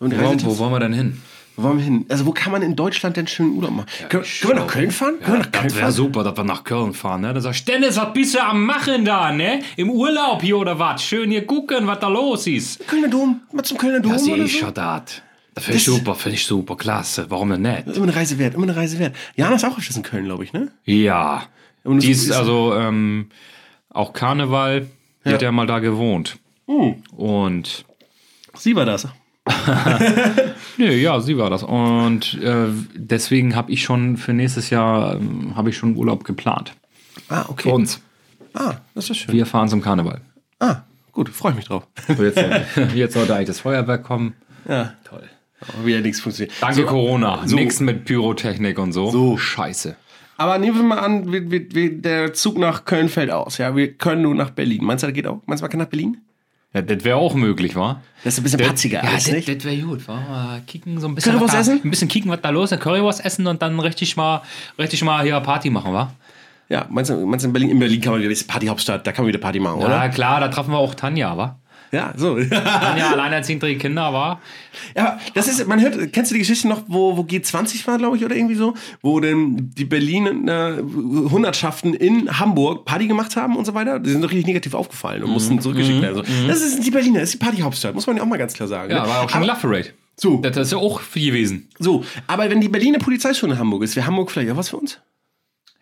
A: Sollen wir die
B: wo,
A: Reisetipps?
B: wo wollen wir denn hin?
A: Wo wollen wir hin? Also, wo kann man in Deutschland denn schönen Urlaub machen? können, können wir nach Köln fahren? können wir nach Köln
B: Das wäre
A: fahren?
B: super, dass wir nach Köln fahren, ne? Dann sagst du, Dennis, was bist du am Machen da, ne? Im Urlaub hier oder was? Schön hier gucken, was da los ist.
A: Kölner Dom? Mal zum Kölner Dom?
B: Das
A: oder
B: ist
A: so?
B: schon dat. Das finde ich
A: Das-
B: super, finde ich super, klasse. Warum denn nicht?
A: Immer eine Reise wert, immer eine Reise wert. Jana ist auch öfters in Köln, glaube ich, ne?
B: Ja.
A: Und
B: Die
A: das
B: ist also ähm, auch Karneval, die hat ja mal da gewohnt. Und,
A: Oh, Sie war das.
B: nee, ja, sie war das. Und äh, deswegen habe ich schon für nächstes Jahr, ähm, habe ich schon Urlaub geplant.
A: Ah, okay.
B: Für uns.
A: Ah, das ist schön.
B: Wir fahren zum Karneval.
A: Ah, gut, freue ich mich drauf.
B: So, Jetzt, soll- jetzt sollte eigentlich das Feuerwerk kommen.
A: Ja. Toll. Aber wieder nichts funktioniert.
B: Danke Corona.
A: so.
B: Nix mit Pyrotechnik und so.
A: So.
B: Scheiße.
A: Aber nehmen wir mal an, wir, wir, wir, der Zug nach Köln fällt aus. Ja, wir können nur nach Berlin. Meinst du, das geht auch? Meinst du, man kann nach Berlin?
B: Ja, das wäre auch möglich, wa?
A: Das ist ein bisschen patziger alles, nicht?
B: wäre gut. Wollen wir mal kicken, so ein bisschen.
A: Currywurst
B: was da,
A: essen?
B: Ein bisschen kicken, was da los ist. Currywurst essen und dann richtig mal, richtig mal hier Party machen, wa?
A: Ja, meinst du, meinst du in Berlin? In Berlin kann man wieder, das ist Partyhauptstadt, da kann man wieder Party machen, oder?
B: Ja, klar, da treffen wir auch Tanja, wa?
A: Ja, so.
B: Ein Jahr alleinerziehend, drei Kinder war.
A: Ja, das ist, man hört, kennst du die Geschichte noch, wo, wo G20 war, glaube ich, oder irgendwie so, wo denn die Berliner äh, Hundertschaften in Hamburg Party gemacht haben und so weiter? Die sind doch richtig negativ aufgefallen und mussten
B: Mhm.
A: zurückgeschickt werden. So. Das ist die Berliner, das ist die Partyhauptstadt, muss man ja auch mal ganz klar sagen.
B: Ja,
A: ne?
B: war auch schon
A: aber,
B: Love Parade.
A: So.
B: Das ist ja auch viel gewesen.
A: so, aber wenn die Berliner Polizei schon in Hamburg ist, wäre Hamburg vielleicht auch was für uns?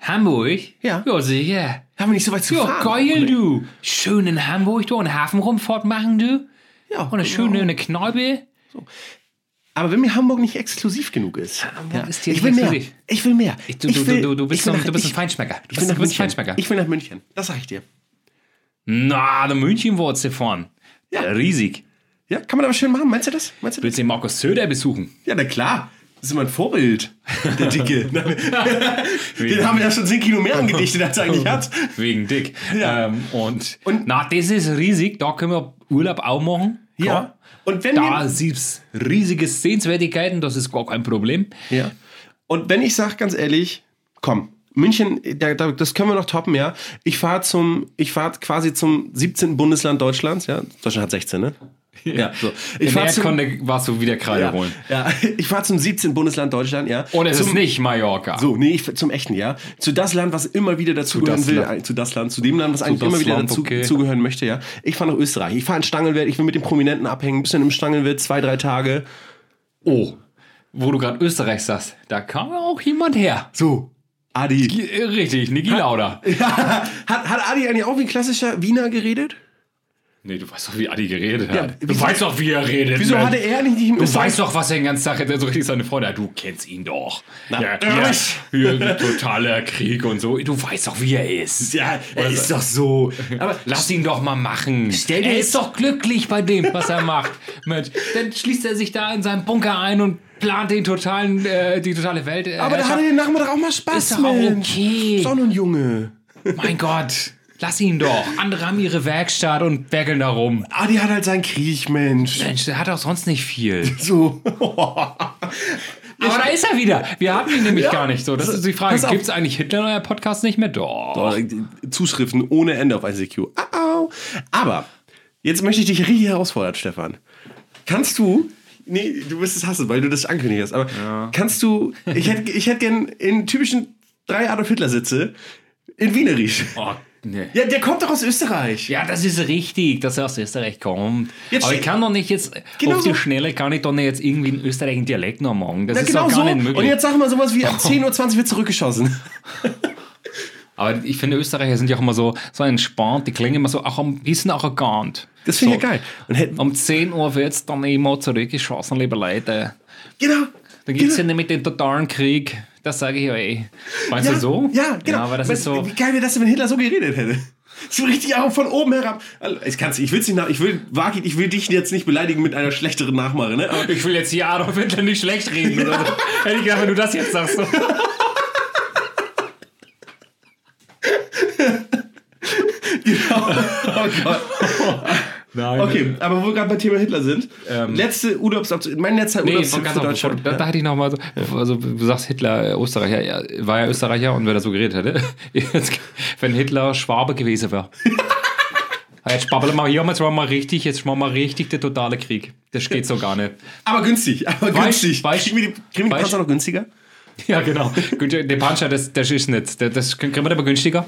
B: Hamburg?
A: Ja.
B: Ja, sicher.
A: Haben wir nicht so weit zu
B: Ja,
A: fahren.
B: geil, du. Schön in Hamburg, du. Eine Hafenrumfahrt machen, du.
A: Ja,
B: Und eine schöne
A: genau.
B: eine Kneipe.
A: Aber wenn mir Hamburg nicht exklusiv genug ist, ja,
B: ist dir
A: ich will
B: nicht
A: mehr.
B: exklusiv.
A: Ich will mehr.
B: Ich- Du,
A: Ich
B: du,
A: will-
B: du, du,
A: ich
B: bist,
A: will
B: so,
A: nach-
B: du bist ein
A: ich-
B: Feinschmecker. Du
A: Ich will
B: bist,
A: nach
B: du bist ein
A: München.
B: Feinschmecker.
A: Ich will nach München. Das sag ich dir.
B: Na, der München war zu fahren.
A: Ja.
B: Riesig.
A: Ja, kann man aber schön machen. Meinst du das? Meinst du das?
B: Willst du den Markus Söder besuchen?
A: Ja, na klar. Das ist immer ein Vorbild. Der Dicke. Den haben wir ja schon 10 Kilo mehr angedichtet, als er eigentlich hat.
B: Wegen dick.
A: Ja.
B: Ähm, und,
A: Und-
B: na, das ist riesig. Da können wir Urlaub auch machen.
A: Ja. Und wenn,
B: Da
A: wir,
B: siehst riesige Sehenswertigkeiten. Das ist gar kein Problem.
A: ja. Und wenn ich sag ganz ehrlich, komm, München, da, da, das können wir noch toppen, ja. Ich fahre zum, ich fahre quasi zum 17. Bundesland Deutschlands, ja. Deutschland hat 16, ne? Ja, so.
B: Ich
A: Ich
B: In
A: fahr zum,
B: Erdkunde warst du wieder Kreide
A: ja,
B: holen.
A: ja. Ich fahr zum 17. Bundesland Deutschland, ja.
B: Oder es
A: zum,
B: Oh, ist nicht Mallorca.
A: So, nee, ich, zum echten, ja. Zu das Land, was immer wieder dazugehören
B: das
A: will.
B: Land.
A: Ein- Zu das Land, zu dem Land, was eigentlich
B: das
A: immer wieder
B: Land,
A: dazu,
B: okay.
A: dazugehören möchte, ja. Ich fahre nach Österreich. Ich fahre in Stangelwert. Ich will mit den Prominenten abhängen. Ein bisschen im Stangelwert, zwei, drei Tage.
B: Oh, wo du gerade Österreich sagst, da kam ja auch jemand her.
A: So. Adi.
B: G- Richtig, Niki Lauda.
A: Ja. Hat, hat Adi eigentlich auch wie ein klassischer Wiener geredet?
B: Nee, du weißt doch, wie Adi geredet
A: Ja,
B: hat. du
A: wieso-
B: weißt doch, wie er redet.
A: Wieso
B: Mensch.
A: hatte er nicht nicht in
B: Du
A: Österreich?
B: weißt doch, was er den ganzen Tag hat. So richtig seine Freunde. Ja, Du kennst ihn doch. ja, ja,
A: natürlich.
B: hier, totaler Krieg und so. Du weißt doch, wie er ist.
A: Ja, er ist doch so. Aber
B: Lass ihn doch mal machen.
A: Stell dir
B: er
A: jetzt-
B: ist doch glücklich bei dem, was er macht. Mensch, dann schließt er sich da in seinen Bunker ein und plant den totalen, äh, die totale Welt. äh,
A: aber da
B: Herrschaft.
A: hatte den Nachmittag auch mal
B: Ist
A: Spaß,
B: doch auch
A: Mensch.
B: okay.
A: Ist doch nur ein Junge.
B: Mein Gott, lass ihn doch. Andere haben ihre Werkstatt und bäckeln da rum.
A: Adi hat halt seinen Krieg, Mensch.
B: Mensch, der hat auch sonst nicht viel.
A: So.
B: Aber da ist er wieder. Wir hatten ihn nämlich
A: Ja.
B: gar nicht so. Das ist die
A: Pass
B: Frage.
A: auf.
B: Gibt es eigentlich Hitler in euer Podcast nicht mehr? Doch.
A: Oh, Zuschriften ohne Ende auf ICQ. Au, au. Aber jetzt möchte ich dich richtig herausfordern, Stefan. Kannst du. Nee, du wirst es hassen, weil du das angekündigt hast. Aber kannst du. Ich hätte ich hätt gern in typischen drei Adolf Hitler-Sitze in Wienerisch.
B: Oh, nee.
A: Ja, der kommt doch aus Österreich.
B: Ja, das ist richtig, dass er aus Österreich kommt.
A: Jetzt
B: Aber ich
A: steht-
B: kann doch nicht jetzt,
A: Genau
B: auf die
A: so.
B: Schnelle kann ich doch nicht jetzt irgendwie einen österreichischen Dialekt noch machen. Das
A: Ja,
B: ist doch gar nicht
A: genau Und
B: möglich. Oh.
A: jetzt sag mal sowas wie ab 10.20 Uhr wird zurückgeschossen.
B: Aber ich finde, Österreicher sind ja auch immer so, so entspannt, die klingen immer so auch ein bisschen arrogant.
A: Das finde ich
B: so,
A: ja geil. Und hätten,
B: Um 10 Uhr wird es dann immer zurückgeschossen, liebe Leute.
A: genau.
B: Da gibt es ja nämlich den totalen Krieg. Das sage ich euch. Meinst
A: ja,
B: du so?
A: Ja, genau.
B: aber das
A: Was-
B: ist so.
A: Wie geil wäre das, denn, wenn Hitler so geredet hätte? So richtig auch von oben herab. Also, Ich, kann's, ich, will's nicht nach, ich, will, Wagi, ich will dich jetzt nicht beleidigen mit einer schlechteren Nachmache. Ne? Aber
B: Ich will jetzt hier Adolf Hitler nicht schlecht reden. Oder so. Hätte ich gedacht, wenn du das jetzt sagst. So. Nein.
A: okay, aber wo wir gerade beim Thema Hitler sind. letzte Urlaubsabzug. Mein letzter
B: Ähm. Nee,
A: Urlaubsabzug
B: ganz
A: für
B: noch, bevor,
A: Deutschland.
B: da, da hätte ich noch mal so, also du sagst Hitler, äh, Österreicher, ja, war ja Österreicher und wenn er so geredet hätte, jetzt, wenn Hitler Schwabe gewesen wäre. Ah, Jetzt spabbeln wir hier, jetzt machen wir richtig, jetzt machen wir richtig der totale Krieg. Das geht so gar nicht.
A: aber günstig. Aber
B: Weißt-
A: günstig.
B: weißt-
A: kriegen wir die, kriegen wir die
B: weißt-
A: Panzer noch günstiger?
B: Ja, genau. Gut, Der Puncher, das, das ist nicht, das, das kriegen wir aber günstiger.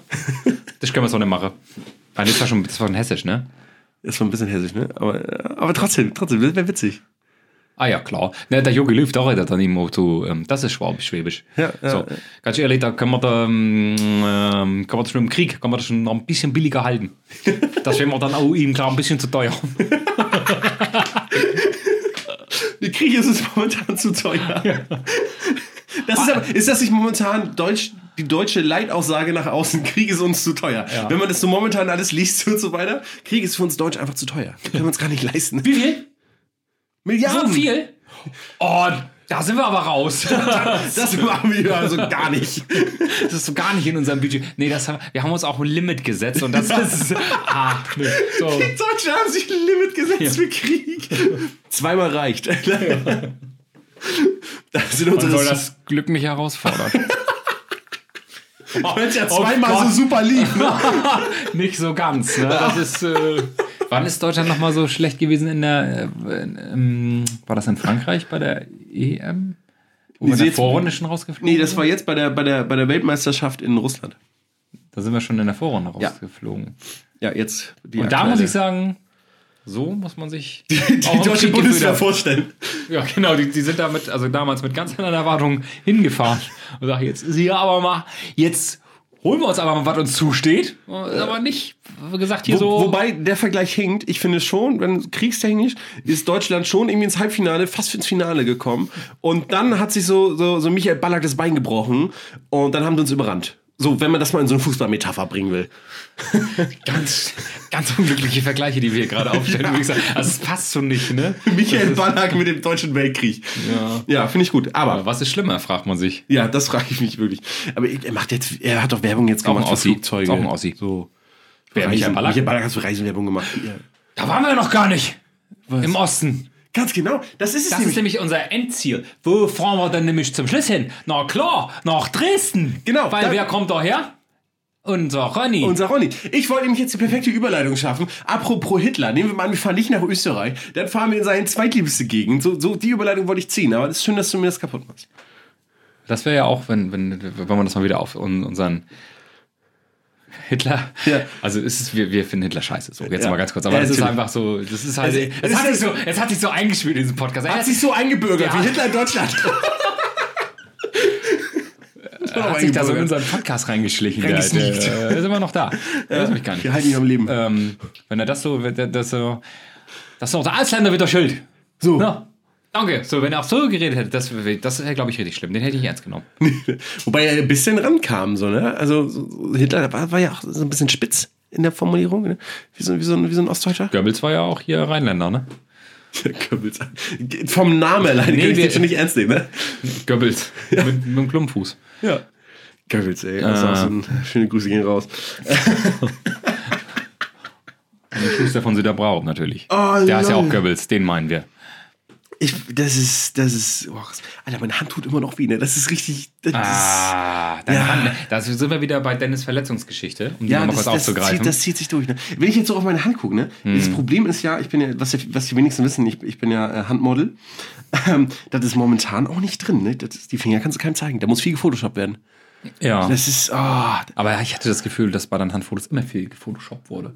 B: Das können wir so nicht machen. Ah, Das war schon, das war schon hessisch, ne?
A: Das war ein bisschen hässlich, ne? Aber, aber trotzdem, trotzdem, das wäre witzig.
B: Ah ja, klar. Ne, der Jogi Löw, da redet dann immer zu, ähm, das ist Schwabisch, Schwäbisch.
A: Ja, ja,
B: so,
A: ja.
B: ganz ehrlich, da kann man da, ähm, ähm, kann man das schon im Krieg, kann man das schon noch ein bisschen billiger halten. Das wäre mir dann auch ihm klar ein bisschen zu teuer.
A: Der Krieg ist es momentan zu teuer. Das ist, aber, ist das nicht momentan Deutsch, die deutsche Leitaussage nach außen? Krieg ist uns zu teuer. Wenn man das so momentan alles liest und so weiter, Krieg ist für uns Deutsch einfach zu teuer. Können wir uns gar nicht leisten.
B: Wie viel?
A: Milliarden?
B: So viel? Oh, da sind wir aber raus.
A: Das machen wir also gar nicht.
B: Das ist so gar nicht in unserem Budget. Nee, das haben, wir haben uns auch ein Limit gesetzt und das ist. ah, nee, so.
A: Die Deutschen haben sich ein Limit gesetzt für Krieg. Zweimal reicht. Das sind
B: Man
A: unsere.
B: soll das Glück nicht herausfordern.
A: Mensch, ja
B: Oh
A: zweimal
B: Gott.
A: so super lieb. Ne?
B: nicht so ganz, ne? Das ist. Äh, Wann ist Deutschland nochmal so schlecht gewesen in der. Äh, in, ähm, war das in Frankreich bei der EM? Wo wir in
A: sie
B: der
A: jetzt-
B: Vorrunde schon rausgeflogen
A: Nee, das war jetzt bei der, bei der, bei der Weltmeisterschaft in Russland.
B: Da sind wir schon in der Vorrunde
A: Ja.
B: rausgeflogen.
A: Ja, jetzt. Die
B: Und da muss
A: aktuelle-
B: ich sagen, so muss man sich auch
A: Die
B: im
A: deutsche Bundeswehr
B: Krieg gefühlt haben.
A: vorstellen.
B: Ja, genau, die, die sind damit, also damals mit ganz anderen Erwartungen hingefahren und sagen, jetzt ist hier aber mal, jetzt holen wir uns aber mal, was uns zusteht. Aber nicht, wie gesagt, hier so.
A: Wo, wobei der Vergleich hinkt. Ich finde schon, wenn kriegstechnisch ist Deutschland schon irgendwie ins Halbfinale, fast ins Finale gekommen. Und dann hat sich so, so, so Michael Ballack das Bein gebrochen und dann haben sie uns überrannt. So, wenn man das mal in so eine Fußballmetapher bringen will.
B: ganz, ganz unglückliche Vergleiche, die wir hier gerade aufstellen, würde ich sagen. Also es passt so nicht, ne?
A: Michael Ballack mit dem Deutschen Weltkrieg. Ja, ja finde ich gut. Aber
B: Aber was ist schlimmer, fragt man sich.
A: ja, das frage ich mich wirklich. Aber er macht jetzt, er hat doch Werbung jetzt
B: Auch ein
A: gemacht für
B: Aussie.
A: Flugzeuge.
B: Auch ein Aussie.
A: So.
B: Wer, Michael
A: Reisen-
B: Ballack?
A: Michael Ballack hat so Reisenwerbung gemacht. Ja.
B: Da waren wir noch gar nicht. Im Osten.
A: Ganz genau. Das ist es
B: Das
A: nämlich.
B: ist nämlich unser Endziel. Wo fahren wir denn nämlich zum Schluss hin? Na klar, nach Dresden.
A: Genau,
B: Weil
A: da-
B: wer kommt da her? Unser Ronny.
A: Unser Ronny. Ich wollte nämlich jetzt die perfekte Überleitung schaffen. Apropos Hitler. Nehmen wir mal an, wir fahren nicht nach Österreich. Dann fahren wir in seine zweitliebste Gegend. So, so die Überleitung wollte ich ziehen. Aber es ist schön, dass du mir das kaputt machst.
B: Das wäre ja auch, wenn, wenn, wenn man das mal wieder auf un, unseren Hitler.
A: Ja.
B: Also es ist, wir, wir finden Hitler scheiße. So, jetzt
A: Ja.
B: mal ganz kurz. Aber
A: Ja,
B: das ist
A: natürlich.
B: einfach so. Das ist halt.
A: Also,
B: es,
A: es
B: hat
A: ist-
B: sich so, es hat sich so eingespielt in diesem Podcast. Er
A: Hat sich so eingebürgert
B: Ja.
A: wie Hitler in Deutschland.
B: hat sich da so in unseren Podcast reingeschlichen. Der, alte.
A: Reingesneakt.
B: äh, ist immer noch da. Ja. mich gar nicht.
A: Wir halten ihn am Leben.
B: Ähm, wenn er das so, wenn er das so, das ist noch der Ausländer wird der Schild. So. Na, danke. So, wenn er auch so geredet hätte, das, wär- das wäre, glaube ich, richtig schlimm. Den hätte ich nicht ernst genommen.
A: Wobei er ein bisschen rankam, so, ne? Also so- Hitler war, war ja auch so ein bisschen spitz in der Formulierung, ne? Wie so, wie so, ein, wie so ein Ostdeutscher.
B: Goebbels war ja auch hier Rheinländer, ne?
A: Goebbels. Vom Namen alleine
B: Nee,
A: kann ich
B: wir-
A: den schon nicht ernst nehmen, ne?
B: Goebbels. Mit, mit dem Klumpfuß.
A: Ja. Goebbels, ey. Das
B: Also,
A: ist auch so ein, schöne Grüße gehen raus.
B: Und den Schuster von Süder Brau, natürlich.
A: Oh,
B: Der ist ja auch
A: lol.
B: Goebbels, den meinen wir.
A: Ich, das ist, das ist, oh, krass. Alter, meine Hand tut immer noch weh, ne? Das ist richtig, das ist,
B: Ah, dann
A: Ja.
B: ran. Da sind wir wieder bei Dennis Verletzungsgeschichte, um die
A: ja,
B: nochmal
A: das,
B: kurz
A: das,
B: aufzugreifen. Hm.
A: zieht, das zieht sich durch, ne? Wenn ich jetzt so auf meine Hand gucke, ne? Das Problem ist ja, ich bin ja, was, was die wenigsten wissen, ich, ich bin ja äh, Handmodel. Ähm, das ist momentan auch nicht drin, ne? Das ist, die Finger kannst du keinem zeigen. Da muss viel gefotoshoppt werden.
B: ja.
A: Das ist, ah,
B: Aber ich hatte das Gefühl, dass bei deinen Handfotos immer viel gefotoshoppt wurde.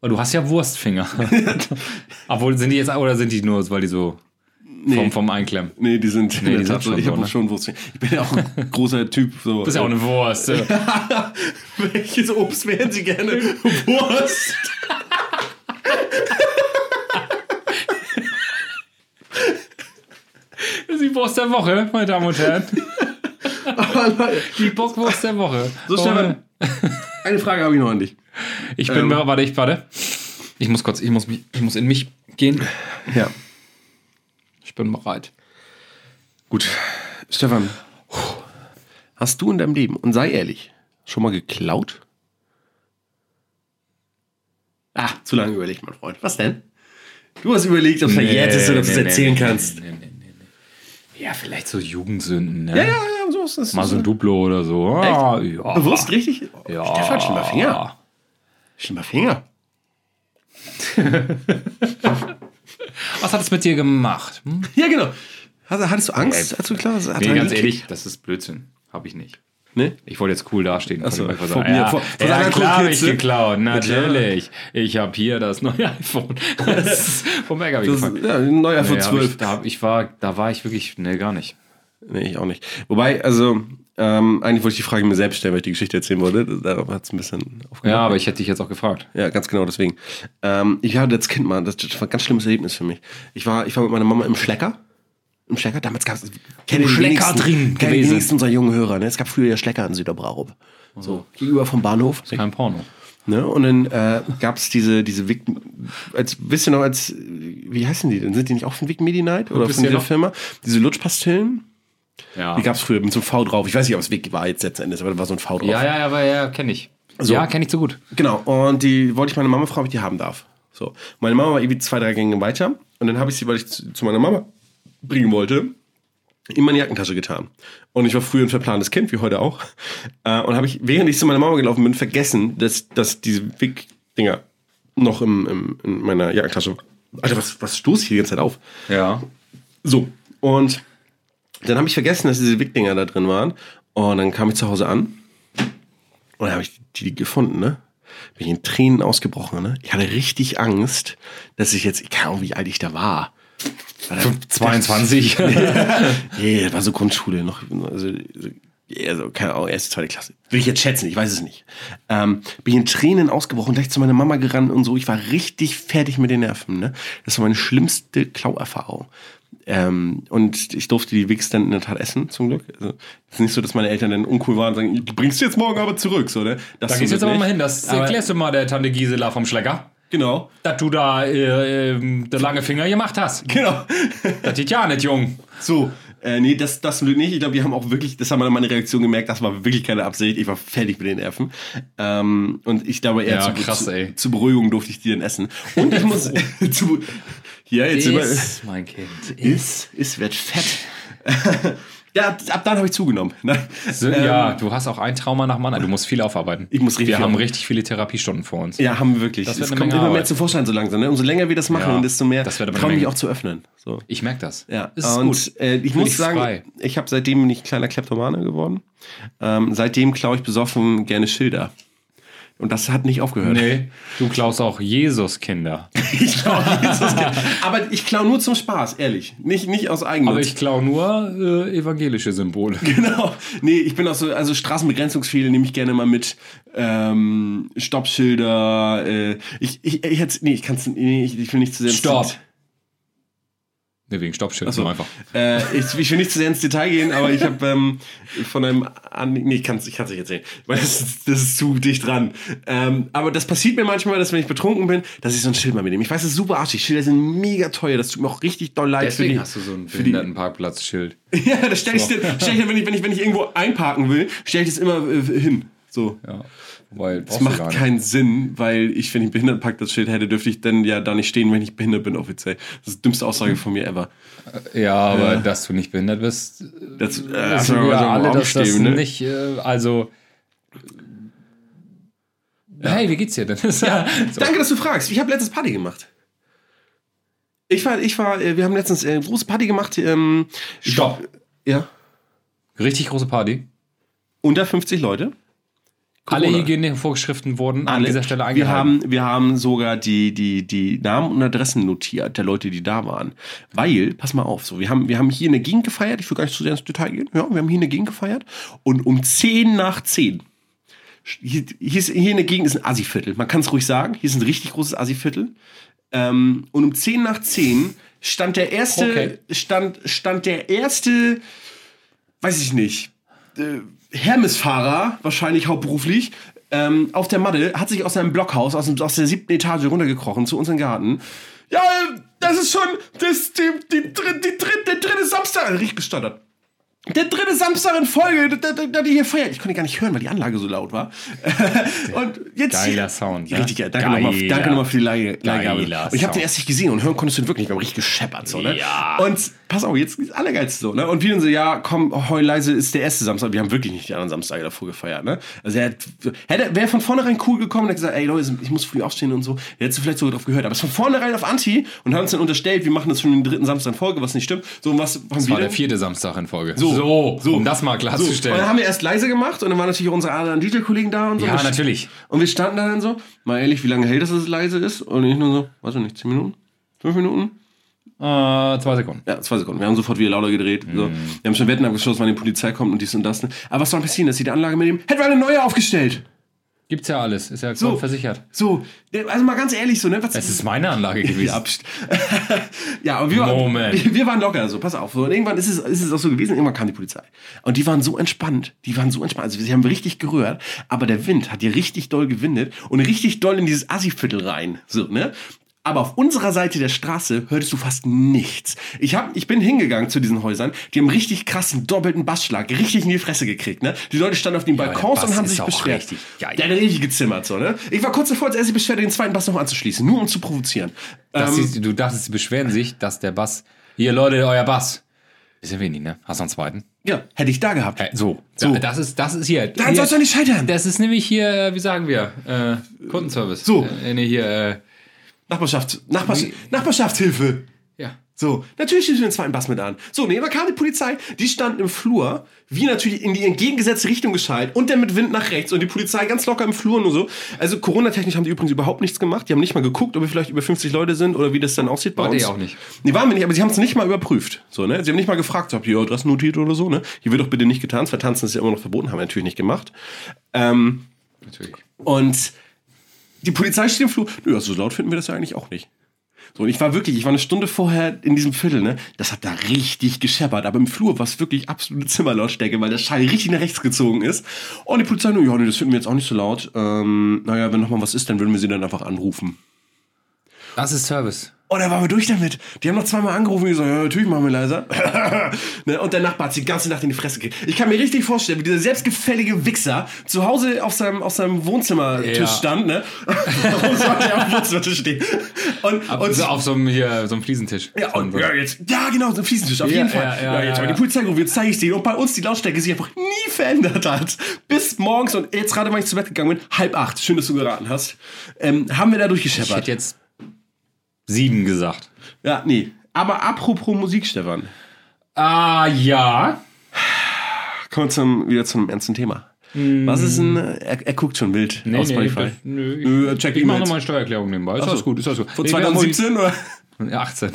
B: Weil du hast ja Wurstfinger. Obwohl, sind die jetzt, oder sind die nur, weil die so vom, vom Einklemmen?
A: nee, die sind,
B: Nee,
A: in
B: die
A: der Tat
B: sind
A: so,
B: schon
A: ich
B: so,
A: habe
B: ne?
A: schon Wurzeln. Ich bin ja auch ein großer Typ, so.
B: Das ist ja auch eine Wurst. äh.
A: Welches Obst wären Sie gerne? Wurst?
B: Das ist die Wurst der Woche, meine Damen und Herren. Die Bockwurst der Woche.
A: So, Stefan. Ähm. Eine Frage habe ich noch an dich.
B: Ich bin, warte, ich, warte. Ich muss kurz, ich muss, mich, ich muss in mich gehen.
A: Ja.
B: Ich bin bereit.
A: Gut, Stefan, hast du in deinem Leben, und sei ehrlich, schon mal geklaut? Ah, zu lange überlegt, mein Freund. Was denn? Du hast überlegt, ob du verjährt ist oder ob du es erzählen kannst.
B: Ja, vielleicht so Jugendsünden, ne?
A: Ja, ja, so ist es.
B: Mal so ein Duplo oder so. Ah, ja.
A: Bewusst, richtig?
B: Ja.
A: Stefan, schlimmer Finger. Schlimmer Finger.
B: Was hat es mit dir gemacht? Hm?
A: Ja, genau. Hat- Hattest du Angst, als du klar warst? Hat
B: Nee,
A: er
B: ganz
A: gekickt?
B: ehrlich, das ist Blödsinn. Hab ich nicht.
A: Nee?
B: Ich wollte jetzt cool dastehen.
A: so,
B: Konnte ich mal
A: vor
B: sagen.
A: mir,
B: ja,
A: vor- vor
B: ja,
A: deiner
B: klar habe ich
A: Kumpelkitze.
B: geklaut. Natürlich. Ich habe hier das neue iPhone. Das ist vom LKW
A: Das
B: gefangen.
A: ist, ja, ein neuer von
B: Nee, hab ich,
A: 12.
B: da, hab ich war, da war ich wirklich, nee, gar nicht.
A: Nee, ich auch nicht. Wobei, also, ähm, eigentlich wollte ich die Frage mir selbst stellen, weil ich die Geschichte erzählen wollte. Darauf hat es ein bisschen aufgehört.
B: Ja, aber ich hätte dich jetzt auch gefragt.
A: Ja, ganz genau deswegen. Ähm, ich hatte als Kind mal, das, das war ein ganz schlimmes Erlebnis für mich. Ich war, ich war mit meiner Mama im Schlecker. Im Schlecker, damals gab es
B: Schlecker
A: kennen
B: drin
A: die
B: gewesen.
A: wenigsten unserer jungen Hörer. Ne? Es gab früher ja Schlecker in Süderbrarup. So, gegenüber vom Bahnhof.
B: Kein Porno.
A: Ne? Und dann äh, gab es diese, diese Vic, als, wisst ihr noch, als, wie heißen die denn? Sind die nicht auch von Vic Medi Night oder
B: Wisst
A: von
B: ihr
A: dieser
B: noch?
A: Firma? Diese Lutschpastillen?
B: Ja.
A: Die gab es früher mit so einem V drauf. Ich weiß nicht, ob es Vic war jetzt letzten Endes, aber da war so ein V drauf.
B: Ja, ja, aber ja, kenne ich.
A: So.
B: Ja, kenne ich so gut.
A: Genau, und die wollte ich meine Mama fragen, ob ich die haben darf. So. Meine Mama war irgendwie zwei, drei Gänge weiter. Und dann habe ich sie, weil ich zu, zu meiner Mama bringen wollte, in meine Jackentasche getan. Und ich war früher ein verplantes Kind, wie heute auch. Äh, und habe ich, während ich zu meiner Mama gelaufen bin, vergessen, dass, dass diese Wick-Dinger noch im, im, in meiner Jackentasche. Alter, was, was stoße ich hier die ganze Zeit auf?
B: Ja.
A: So, und dann habe ich vergessen, dass diese Wickdinger da drin waren. Und dann kam ich zu Hause an. Und dann habe ich die gefunden, ne? Bin ich in Tränen ausgebrochen, ne? Ich hatte richtig Angst, dass ich jetzt, ich keine Ahnung, wie alt ich da war. Alter,
B: 22.
A: Nee, das war so Grundschule, noch, also, so- ja, so, keine Ahnung, erste, zweite Klasse. Will ich jetzt schätzen, ich weiß es nicht. Ähm, bin in Tränen ausgebrochen, gleich zu meiner Mama gerannt und so. Ich war richtig fertig mit den Nerven, ne? Das war meine schlimmste Klauerfahrung. Ähm, und ich durfte die Wigs dann in der Tat essen, zum Glück. Also, es ist nicht so, dass meine Eltern dann uncool waren und sagen, du bringst die jetzt morgen aber zurück, so, ne? Das
B: Da
A: zum
B: gehst jetzt
A: Glück
B: aber mal
A: nicht.
B: hin, das
A: Aber-
B: erklärst du mal der Tante Gisela vom Schlecker,
A: Genau,
B: dass du da äh, ähm, der lange Finger gemacht hast.
A: genau.
B: Das geht ja nicht, Jung.
A: So, äh, nee, das, das zum Glück nicht. Ich glaube, wir haben auch wirklich, das haben wir an meiner Reaktion gemerkt, das war wirklich keine Absicht. Ich war fertig mit den Nerven. Ähm, und ich glaube eher
B: Ja,
A: zu,
B: krass,
A: zu,
B: ey.
A: zur Beruhigung durfte ich die dann essen. Und ich muss zu, ja, jetzt immer, ist,
B: mein Kind.
A: ist, wird fett. ja, ab, ab dann habe ich zugenommen. ne? Nein.
B: So, ja, du hast auch ein Trauma nach Mann. Du musst viel aufarbeiten.
A: Ähm, Ich muss richtig
B: Wir haben
A: aufarbeiten.
B: richtig viele Therapiestunden vor uns.
A: Ja, haben wir wirklich.
B: Das
A: Das
B: wird
A: es
B: eine
A: kommt
B: Menge
A: immer mehr
B: Arbeit.
A: zu Vorschein so langsam. Ne? Umso länger wir das machen
B: Ja,
A: und desto mehr
B: das wird aber eine
A: trauen wir
B: Menge.
A: auch zu öffnen. So.
B: Ich merke das.
A: Ja,
B: Es
A: und
B: gut.
A: Äh, ich
B: Fühl
A: muss
B: dich
A: sagen,
B: frei.
A: ich habe seitdem bin ich kleiner Kleptomane geworden. Ähm, seitdem klaue ich besoffen gerne Schilder. Und das hat nicht aufgehört.
B: Nee, du klaust auch Jesus-Kinder.
A: Ich klaue Jesus Aber ich klaue nur zum Spaß, ehrlich. Nicht, nicht aus Eigennutz.
B: Aber ich klau nur äh, evangelische Symbole.
A: Genau. Nee, ich bin auch so, also Straßenbegrenzungsfehler nehme ich gerne mal mit. Ähm, Stoppschilder, äh, ich, ich, ich, hätt's- nee, ich kann's, nee, ich, ich will nicht zu sehr ins-
B: Stopp. Ne, wegen Stoppschild.
A: so.
B: So. einfach.
A: Äh, ich, ich will nicht zu sehr ins Detail gehen, aber ich habe ähm, von einem. An nee, ich kann es ich kann's nicht erzählen, weil das, ist- das ist zu dicht dran. Ähm, aber das passiert mir manchmal, dass wenn ich betrunken bin, dass ich so ein Schild mal mitnehme. Ich weiß, das ist super arschig. Schilder sind mega teuer. Das tut mir auch richtig doll leid. für die- für die-
B: Behindertenparkplatzschild.
A: Ja, das stelle ich, dir- stell ich dir, wenn ich, wenn ich, wenn ich irgendwo einparken will, stelle ich das immer äh, hin. So.
B: Ja. Weil
A: Das macht keinen Sinn, weil ich, wenn ich Behindertenpark das Schild hätte, dürfte ich dann ja da nicht stehen, wenn ich behindert bin, offiziell. Das ist die dümmste Aussage von mir ever.
B: Ja, aber dass du nicht behindert bist,
A: Das, äh,
B: wissen wir
A: also
B: alle, dass das
A: aufstehen, ne?
B: nicht, äh, also... Hey, wie geht's dir denn? so.
A: Danke, dass du fragst. Ich habe letztens Party gemacht. Ich war, ich war, äh, wir haben letztens äh, große Party gemacht. Ähm,
B: Stopp.
A: ja.
B: Richtig große Party.
A: Unter 50 Leute. Corona.
B: Alle Hygienevorschriften wurden an
A: Alle.
B: dieser Stelle
A: wir
B: eingehalten.
A: haben, wir haben sogar die, die, die Namen und Adressen notiert der Leute, die da waren. Weil, pass mal auf, so, wir, haben, wir haben hier eine Gegend gefeiert, ich will gar nicht zu sehr ins Detail gehen. Ja, wir haben hier eine Gegend gefeiert und um 10 nach 10 hier, hier, ist, hier in der Gegend ist ein Assi-Viertel. Man kann es ruhig sagen. Hier ist ein richtig großes Assi-Viertel. Ähm, und um 10 nach 10 stand der erste,
B: Okay.
A: stand, stand der erste, weiß ich nicht, äh, Hermes-Fahrer, wahrscheinlich hauptberuflich, ähm, auf der Matte, hat sich aus seinem Blockhaus, aus, dem- aus der siebten Etage runtergekrochen zu uns in den Garten. Ja, äh, das ist schon das, die, die, dr- die, dritte- der dritte Samstag. Richtig gestottert. Der dritte Samstag in Folge, da, da, da die hier feiert. Ich konnte die gar nicht hören, weil die Anlage so laut war. und jetzt
B: Geiler Sound, ne?
A: Richtig, geil. danke nochmal
B: Geiler.
A: danke nochmal für die Leih- Leihgabe.
B: Geiler
A: Und ich habe den
B: Sound.
A: erst nicht gesehen und hören konntest du ihn wirklich, wir haben richtig gescheppert so, ne?
B: Ja.
A: Und pass auf, jetzt ist allergeilste so, ne? Und wir dann so, ja, komm, heu leise ist der erste Samstag. Wir haben wirklich nicht die anderen Samstage davor gefeiert, ne? Also er hat, hätte, wäre von vornherein cool gekommen und hätte gesagt, ey Leute, ich muss früh aufstehen und so. Da hättest du vielleicht sogar drauf gehört. Aber es ist von vornherein auf Anti und haben uns dann unterstellt, wir machen das schon den dritten Samstag in Folge, was nicht stimmt. So, und was haben wir
B: Das
A: denn?
B: war Oh, der vierte Samstag in Folge.
A: So, so.
B: um das mal
A: So, und dann
B: klarzustellen.
A: haben wir erst leise gemacht und dann waren natürlich unsere anderen DJ-Kollegen da und so.
B: Ja,
A: Und wir-
B: natürlich.
A: Und wir standen da dann so, mal ehrlich, wie lange hält das, dass es leise ist? Und ich nur so, weiß ich nicht, 10 Minuten? 5 Minuten?
B: äh, zwei Sekunden.
A: Ja, zwei Sekunden. Wir haben sofort wieder lauter gedreht.
B: Mhm.
A: So. Wir haben schon Wetten abgeschlossen, wann die Polizei kommt und dies und das. ne? Aber was soll passieren, dass sie die Anlage mitnehmen? Hätten wir eine neue aufgestellt.
B: Gibt's ja alles, ist ja
A: So.
B: versichert.
A: So, also mal ganz ehrlich so, ne? Was,
B: Es ist meine Anlage gewesen.
A: Ja, pst. ja, aber wir waren,
B: Moment.
A: wir waren locker, so, pass auf. So. Und irgendwann ist es, ist es auch so gewesen, irgendwann kam die Polizei. Und die waren so entspannt, die waren so entspannt. Also sie haben richtig gerührt, aber der Wind hat hier richtig doll gewindet und richtig doll in dieses Assi-Viertel rein. So, ne? Aber auf unserer Seite der Straße hörtest du fast nichts. Ich, hab, ich bin hingegangen zu diesen Häusern, die haben richtig krassen doppelten Bassschlag, richtig in die Fresse gekriegt. Ne? Die Leute standen auf den
B: der
A: Balkons und
B: Bass
A: haben
B: ist
A: sich
B: auch
A: beschwert.
B: richtig geil.
A: Der hat richtig gezimmert. So, ne? Ich war kurz davor, als er sich beschwerte, den zweiten Bass noch anzuschließen, nur um zu provozieren. Ähm,
B: Dass sie, du dachtest, sie beschweren sich, dass der Bass. Hier, Leute, euer Bass. Bisschen wenig, ne? Hast du einen zweiten?
A: Ja, hätte ich da gehabt.
B: Hä, so.
A: So.
B: Ja, das ist, das ist hier.
A: Dann
B: hier
A: sollst du nicht scheitern.
B: das ist nämlich hier, äh, wie sagen wir, äh, Kundenservice.
A: So.
B: Äh, nee, hier, äh,
A: Nachbarschafts Nachbars Nachbarschaftshilfe.
B: Ja.
A: So, natürlich schließen wir den zweiten Bass mit an. So, nee, da kam die Polizei, die standen im Flur, wie natürlich in die entgegengesetzte Richtung geschaltet und dann mit Wind nach rechts und die Polizei ganz locker im Flur nur so. Also Corona-technisch haben die übrigens überhaupt nichts gemacht. Die haben nicht mal geguckt, ob wir vielleicht über 50 Leute sind oder wie das dann aussieht bei
B: Wart
A: uns.
B: ihr auch nicht?
A: Nee, waren wir nicht, aber sie haben es nicht mal überprüft. So, ne? Sie haben nicht mal gefragt, ob ihr Adressen notiert oder so, ne? Hier wird doch bitte nicht getanzt, weil Tanzen ist ja immer noch verboten, haben wir natürlich nicht gemacht. Ähm,
B: Natürlich.
A: und die Polizei steht im Flur. Nö, also so laut finden wir das ja eigentlich auch nicht. So, und ich war wirklich, ich war eine Stunde vorher in diesem Viertel, ne? Das hat da richtig gescheppert, aber im Flur war es wirklich absolute Zimmerlautstärke, weil der Schall richtig nach rechts gezogen ist. Und die Polizei, nur, ja, nee, das finden wir jetzt auch nicht so laut. Ähm, naja, wenn nochmal was ist, dann würden wir sie dann einfach anrufen.
B: Das ist Service.
A: Und dann waren wir durch damit. Die haben noch zweimal angerufen und gesagt, ja, natürlich machen wir leiser. ne? Und der Nachbar hat sie die ganze Nacht in die Fresse gekriegt. Ich kann mir richtig vorstellen, wie dieser selbstgefällige Wichser zu Hause auf seinem, auf seinem Wohnzimmertisch
B: Ja.
A: stand. Ne? Warum sollte er auf dem Wohnzimmertisch stehen? Und,
B: Ab,
A: und
B: so auf so einem, hier, so einem Fliesentisch.
A: ja, und, ja, jetzt, ja, genau, so ein Fliesentisch, auf
B: Ja,
A: jeden Fall.
B: ja,
A: Ja,
B: ja,
A: jetzt
B: ja,
A: haben wir
B: ja.
A: die Polizei gerufen, jetzt zeige ich dir. Und bei uns die Lautstärke sich einfach nie verändert hat. Bis morgens, und jetzt gerade, weil ich zu Bett gegangen bin, halb acht, schön, dass du geraten hast, ähm, haben wir da
B: ich hätte
A: durchgescheppert.
B: jetzt sieben gesagt.
A: Ja, nee. Aber apropos Musik, Stefan.
B: Ah, ja.
A: Kommen wir zum, wieder zum ernsten Thema. Was ist ein. Er, er guckt schon wild
B: Mm. Nee,
A: aus
B: nee,
A: Spotify. Äh,
B: das- nö, ich-
A: Nö, check
B: Ich
A: ihn
B: mache
A: jetzt.
B: nochmal eine Steuererklärung nebenbei. Ist alles gut, ist alles gut.
A: Von
B: Nee, wer-
A: 2017 oder?
B: Ja, 18.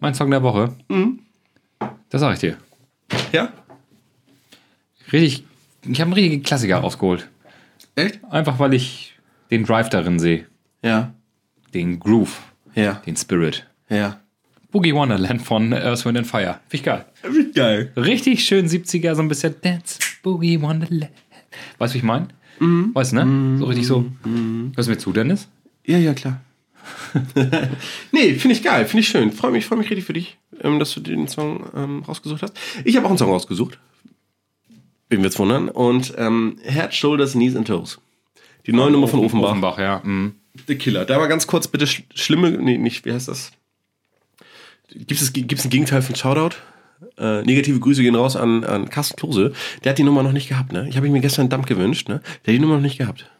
B: Mein Song der Woche. Das sag ich dir.
A: Ja?
B: Richtig, ich habe einen richtigen Klassiker rausgeholt.
A: Echt?
B: Einfach weil ich den Drive darin sehe.
A: Ja.
B: Den Groove,
A: Ja.
B: den Spirit.
A: Ja.
B: Boogie Wonderland von Earth, Wind and Fire. Finde ich geil.
A: Wie geil.
B: Richtig schön 70er, so ein bisschen Dance, Boogie Wonderland. Weißt du, wie ich meine?
A: Mhm.
B: Weißt du, ne? So richtig so. Hörst du mir zu, Dennis?
A: Ja, ja, klar. nee, finde ich geil, finde ich schön. Freue mich, freu mich richtig für dich, ähm, dass du den Song ähm, rausgesucht hast. Ich habe auch einen Song rausgesucht. Wen wird's wundern? Und ähm, Head, Shoulders, Knees and Toes. Die neue Nummer von Ofenbach.
B: Offenbach, ja. Mhm.
A: The Killer. Da mal ganz kurz bitte sch schlimme, nee, nicht, wie heißt das? Gibt es gibt's ein Gegenteil von Shoutout? Äh, negative Grüße gehen raus an, an Carsten Klose. Der hat die Nummer noch nicht gehabt, ne? Ich habe mir gestern einen Dump gewünscht, ne? Der hat die Nummer noch nicht gehabt.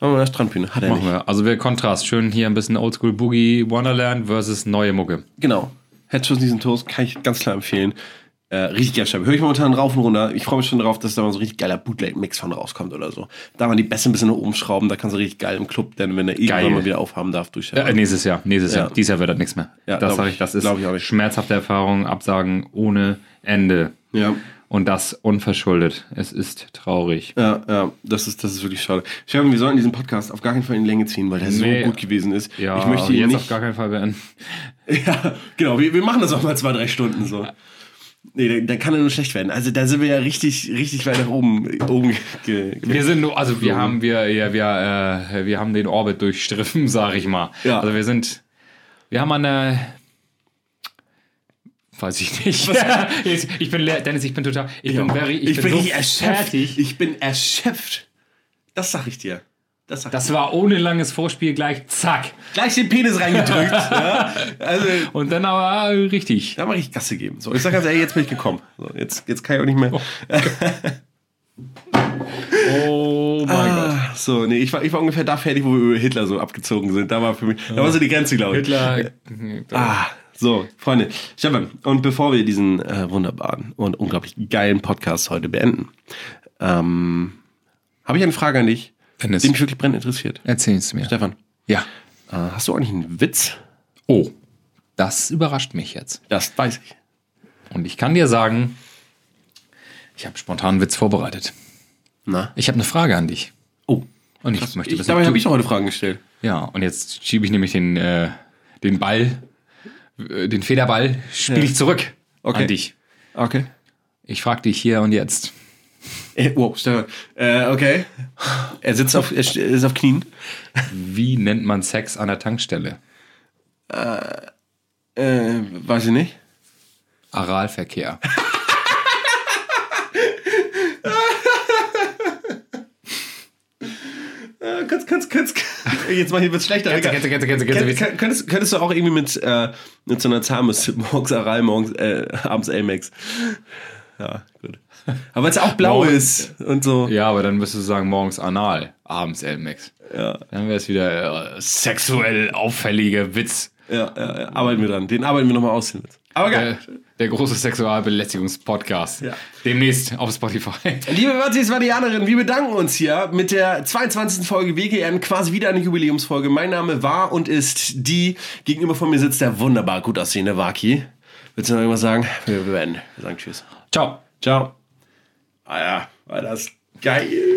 A: Haben wir eine Strandbühne. Hat er
B: Machen
A: nicht.
B: wir. Also wir Kontrast. Schön hier ein bisschen Oldschool Boogie Wonderland versus neue Mucke.
A: Genau. Headshots diesen Toast kann ich ganz klar empfehlen. Äh, richtig geil Scheibe. Höre ich momentan rauf und runter. Ich freue mich schon darauf, dass da mal so ein richtig geiler Bootleg-Mix von rauskommt oder so. Da man die Bässe ein bisschen nach oben schrauben, da kannst du richtig geil im Club, denn wenn er
B: Geil.
A: irgendwann mal wieder aufhaben darf, durchschreiben.
B: Äh, nächstes Jahr, nächstes Jahr.
A: Ja.
B: Dieses Jahr wird das nichts mehr.
A: Ja,
B: das
A: glaub
B: sag ich,
A: ich-
B: das ist
A: glaub ich auch nicht.
B: schmerzhafte Erfahrungen, Absagen ohne Ende.
A: Ja.
B: Und das unverschuldet. Es ist traurig.
A: Ja, ja, das ist, das ist wirklich schade. Stefan, wir sollten diesen Podcast auf gar keinen Fall in die Länge ziehen, weil der
B: Nee.
A: so gut gewesen ist.
B: Ja,
A: ich möchte ihn
B: jetzt
A: nicht.
B: auf gar keinen Fall beenden.
A: ja, genau, wir, wir machen das auch mal zwei, drei Stunden so. Nee, dann- dann kann er nur schlecht werden. Also da sind wir ja richtig, richtig weit nach oben, oben ge, ge
B: Wir sind nur, also wir haben, wir, ja, wir, äh, wir haben den Orbit durchstriffen, sag ich mal.
A: Ja.
B: Also wir sind, wir haben an der, weiß ich nicht. Jetzt- ich bin leer, Dennis, ich bin total, ich bin very, ich, bin, so
A: richtig erschöpft.
B: fertig.
A: Ich bin erschöpft. Das sag ich dir. Das sag ich
B: Das war ohne langes Vorspiel gleich, zack.
A: dir. Gleich den Penis reingedrückt. ja. Also,
B: Und dann aber äh, richtig.
A: da mache ich Gasse geben. So, ich sag ganz ehrlich, jetzt bin ich gekommen. So, jetzt, jetzt kann ich auch nicht mehr.
B: Oh mein Gott.
A: Ah, so, nee, ich war, ich war ungefähr da fertig, wo wir über Hitler so abgezogen sind. Da war für mich, da war so die Grenze, glaube ich.
B: Hitler.
A: Ah, so, Freunde. Stefan, und bevor wir diesen äh, wunderbaren und unglaublich geilen Podcast heute beenden, ähm, habe ich eine Frage an dich,
B: Dennis.
A: die mich wirklich brennend interessiert.
B: Erzähl es mir.
A: Stefan,
B: Ja.
A: äh, hast du eigentlich einen Witz?
B: Oh, das überrascht mich jetzt.
A: Das weiß ich.
B: Und ich kann dir sagen, ich habe spontan einen Witz vorbereitet.
A: Na?
B: Ich habe eine Frage an dich.
A: Oh.
B: Und ich möchte
A: Ich,
B: wissen,
A: dabei
B: ob
A: habe
B: du-
A: ich doch heute Fragen gestellt.
B: Ja, und jetzt schiebe ich nämlich den, äh, den Ball, äh, den Federball, spiele ich zurück
A: Okay.
B: an dich.
A: Okay.
B: Ich frage dich hier und jetzt.
A: Äh, wow, Stefan. Äh, okay. Er sitzt auf, er st- ist auf Knien.
B: Wie nennt man Sex an der Tankstelle?
A: Äh, weiß ich nicht.
B: Aralverkehr.
A: Äh, kannst, kannst, kannst, jetzt mal hier wird's schlechter.
B: Kennst du,
A: Digga.
B: kennst du, kennst du, kennst du, kennst du,
A: Könnt- könnt- Könntest, könntest du auch irgendwie mit, äh, mit so einer Zahnmütze morgens Aral, morgens, äh, abends Amex. Ja, gut. Aber weil es auch blau
B: Morgen-
A: ist und so.
B: Ja, aber dann müsstest du sagen, morgens anal. abends Elmex. Ja. Dann wäre es wieder äh, sexuell auffälliger Witz.
A: Ja, ja, ja, arbeiten wir dran. Den arbeiten wir nochmal aus. den Witz. Aber
B: Der, Äh, der große Sexualbelästigungs-Podcast.
A: Ja.
B: Demnächst auf Spotify.
A: Liebe Wörtis, Vadianerin, wir bedanken uns hier mit der 22. Folge WGN, quasi wieder eine Jubiläumsfolge. Mein Name war und ist die. Gegenüber von mir sitzt der wunderbar gut aussehende Waki. Willst du noch irgendwas sagen? Wir werden. Wir sagen Tschüss.
B: Ciao.
A: Ciao. Ah ja, war das geil.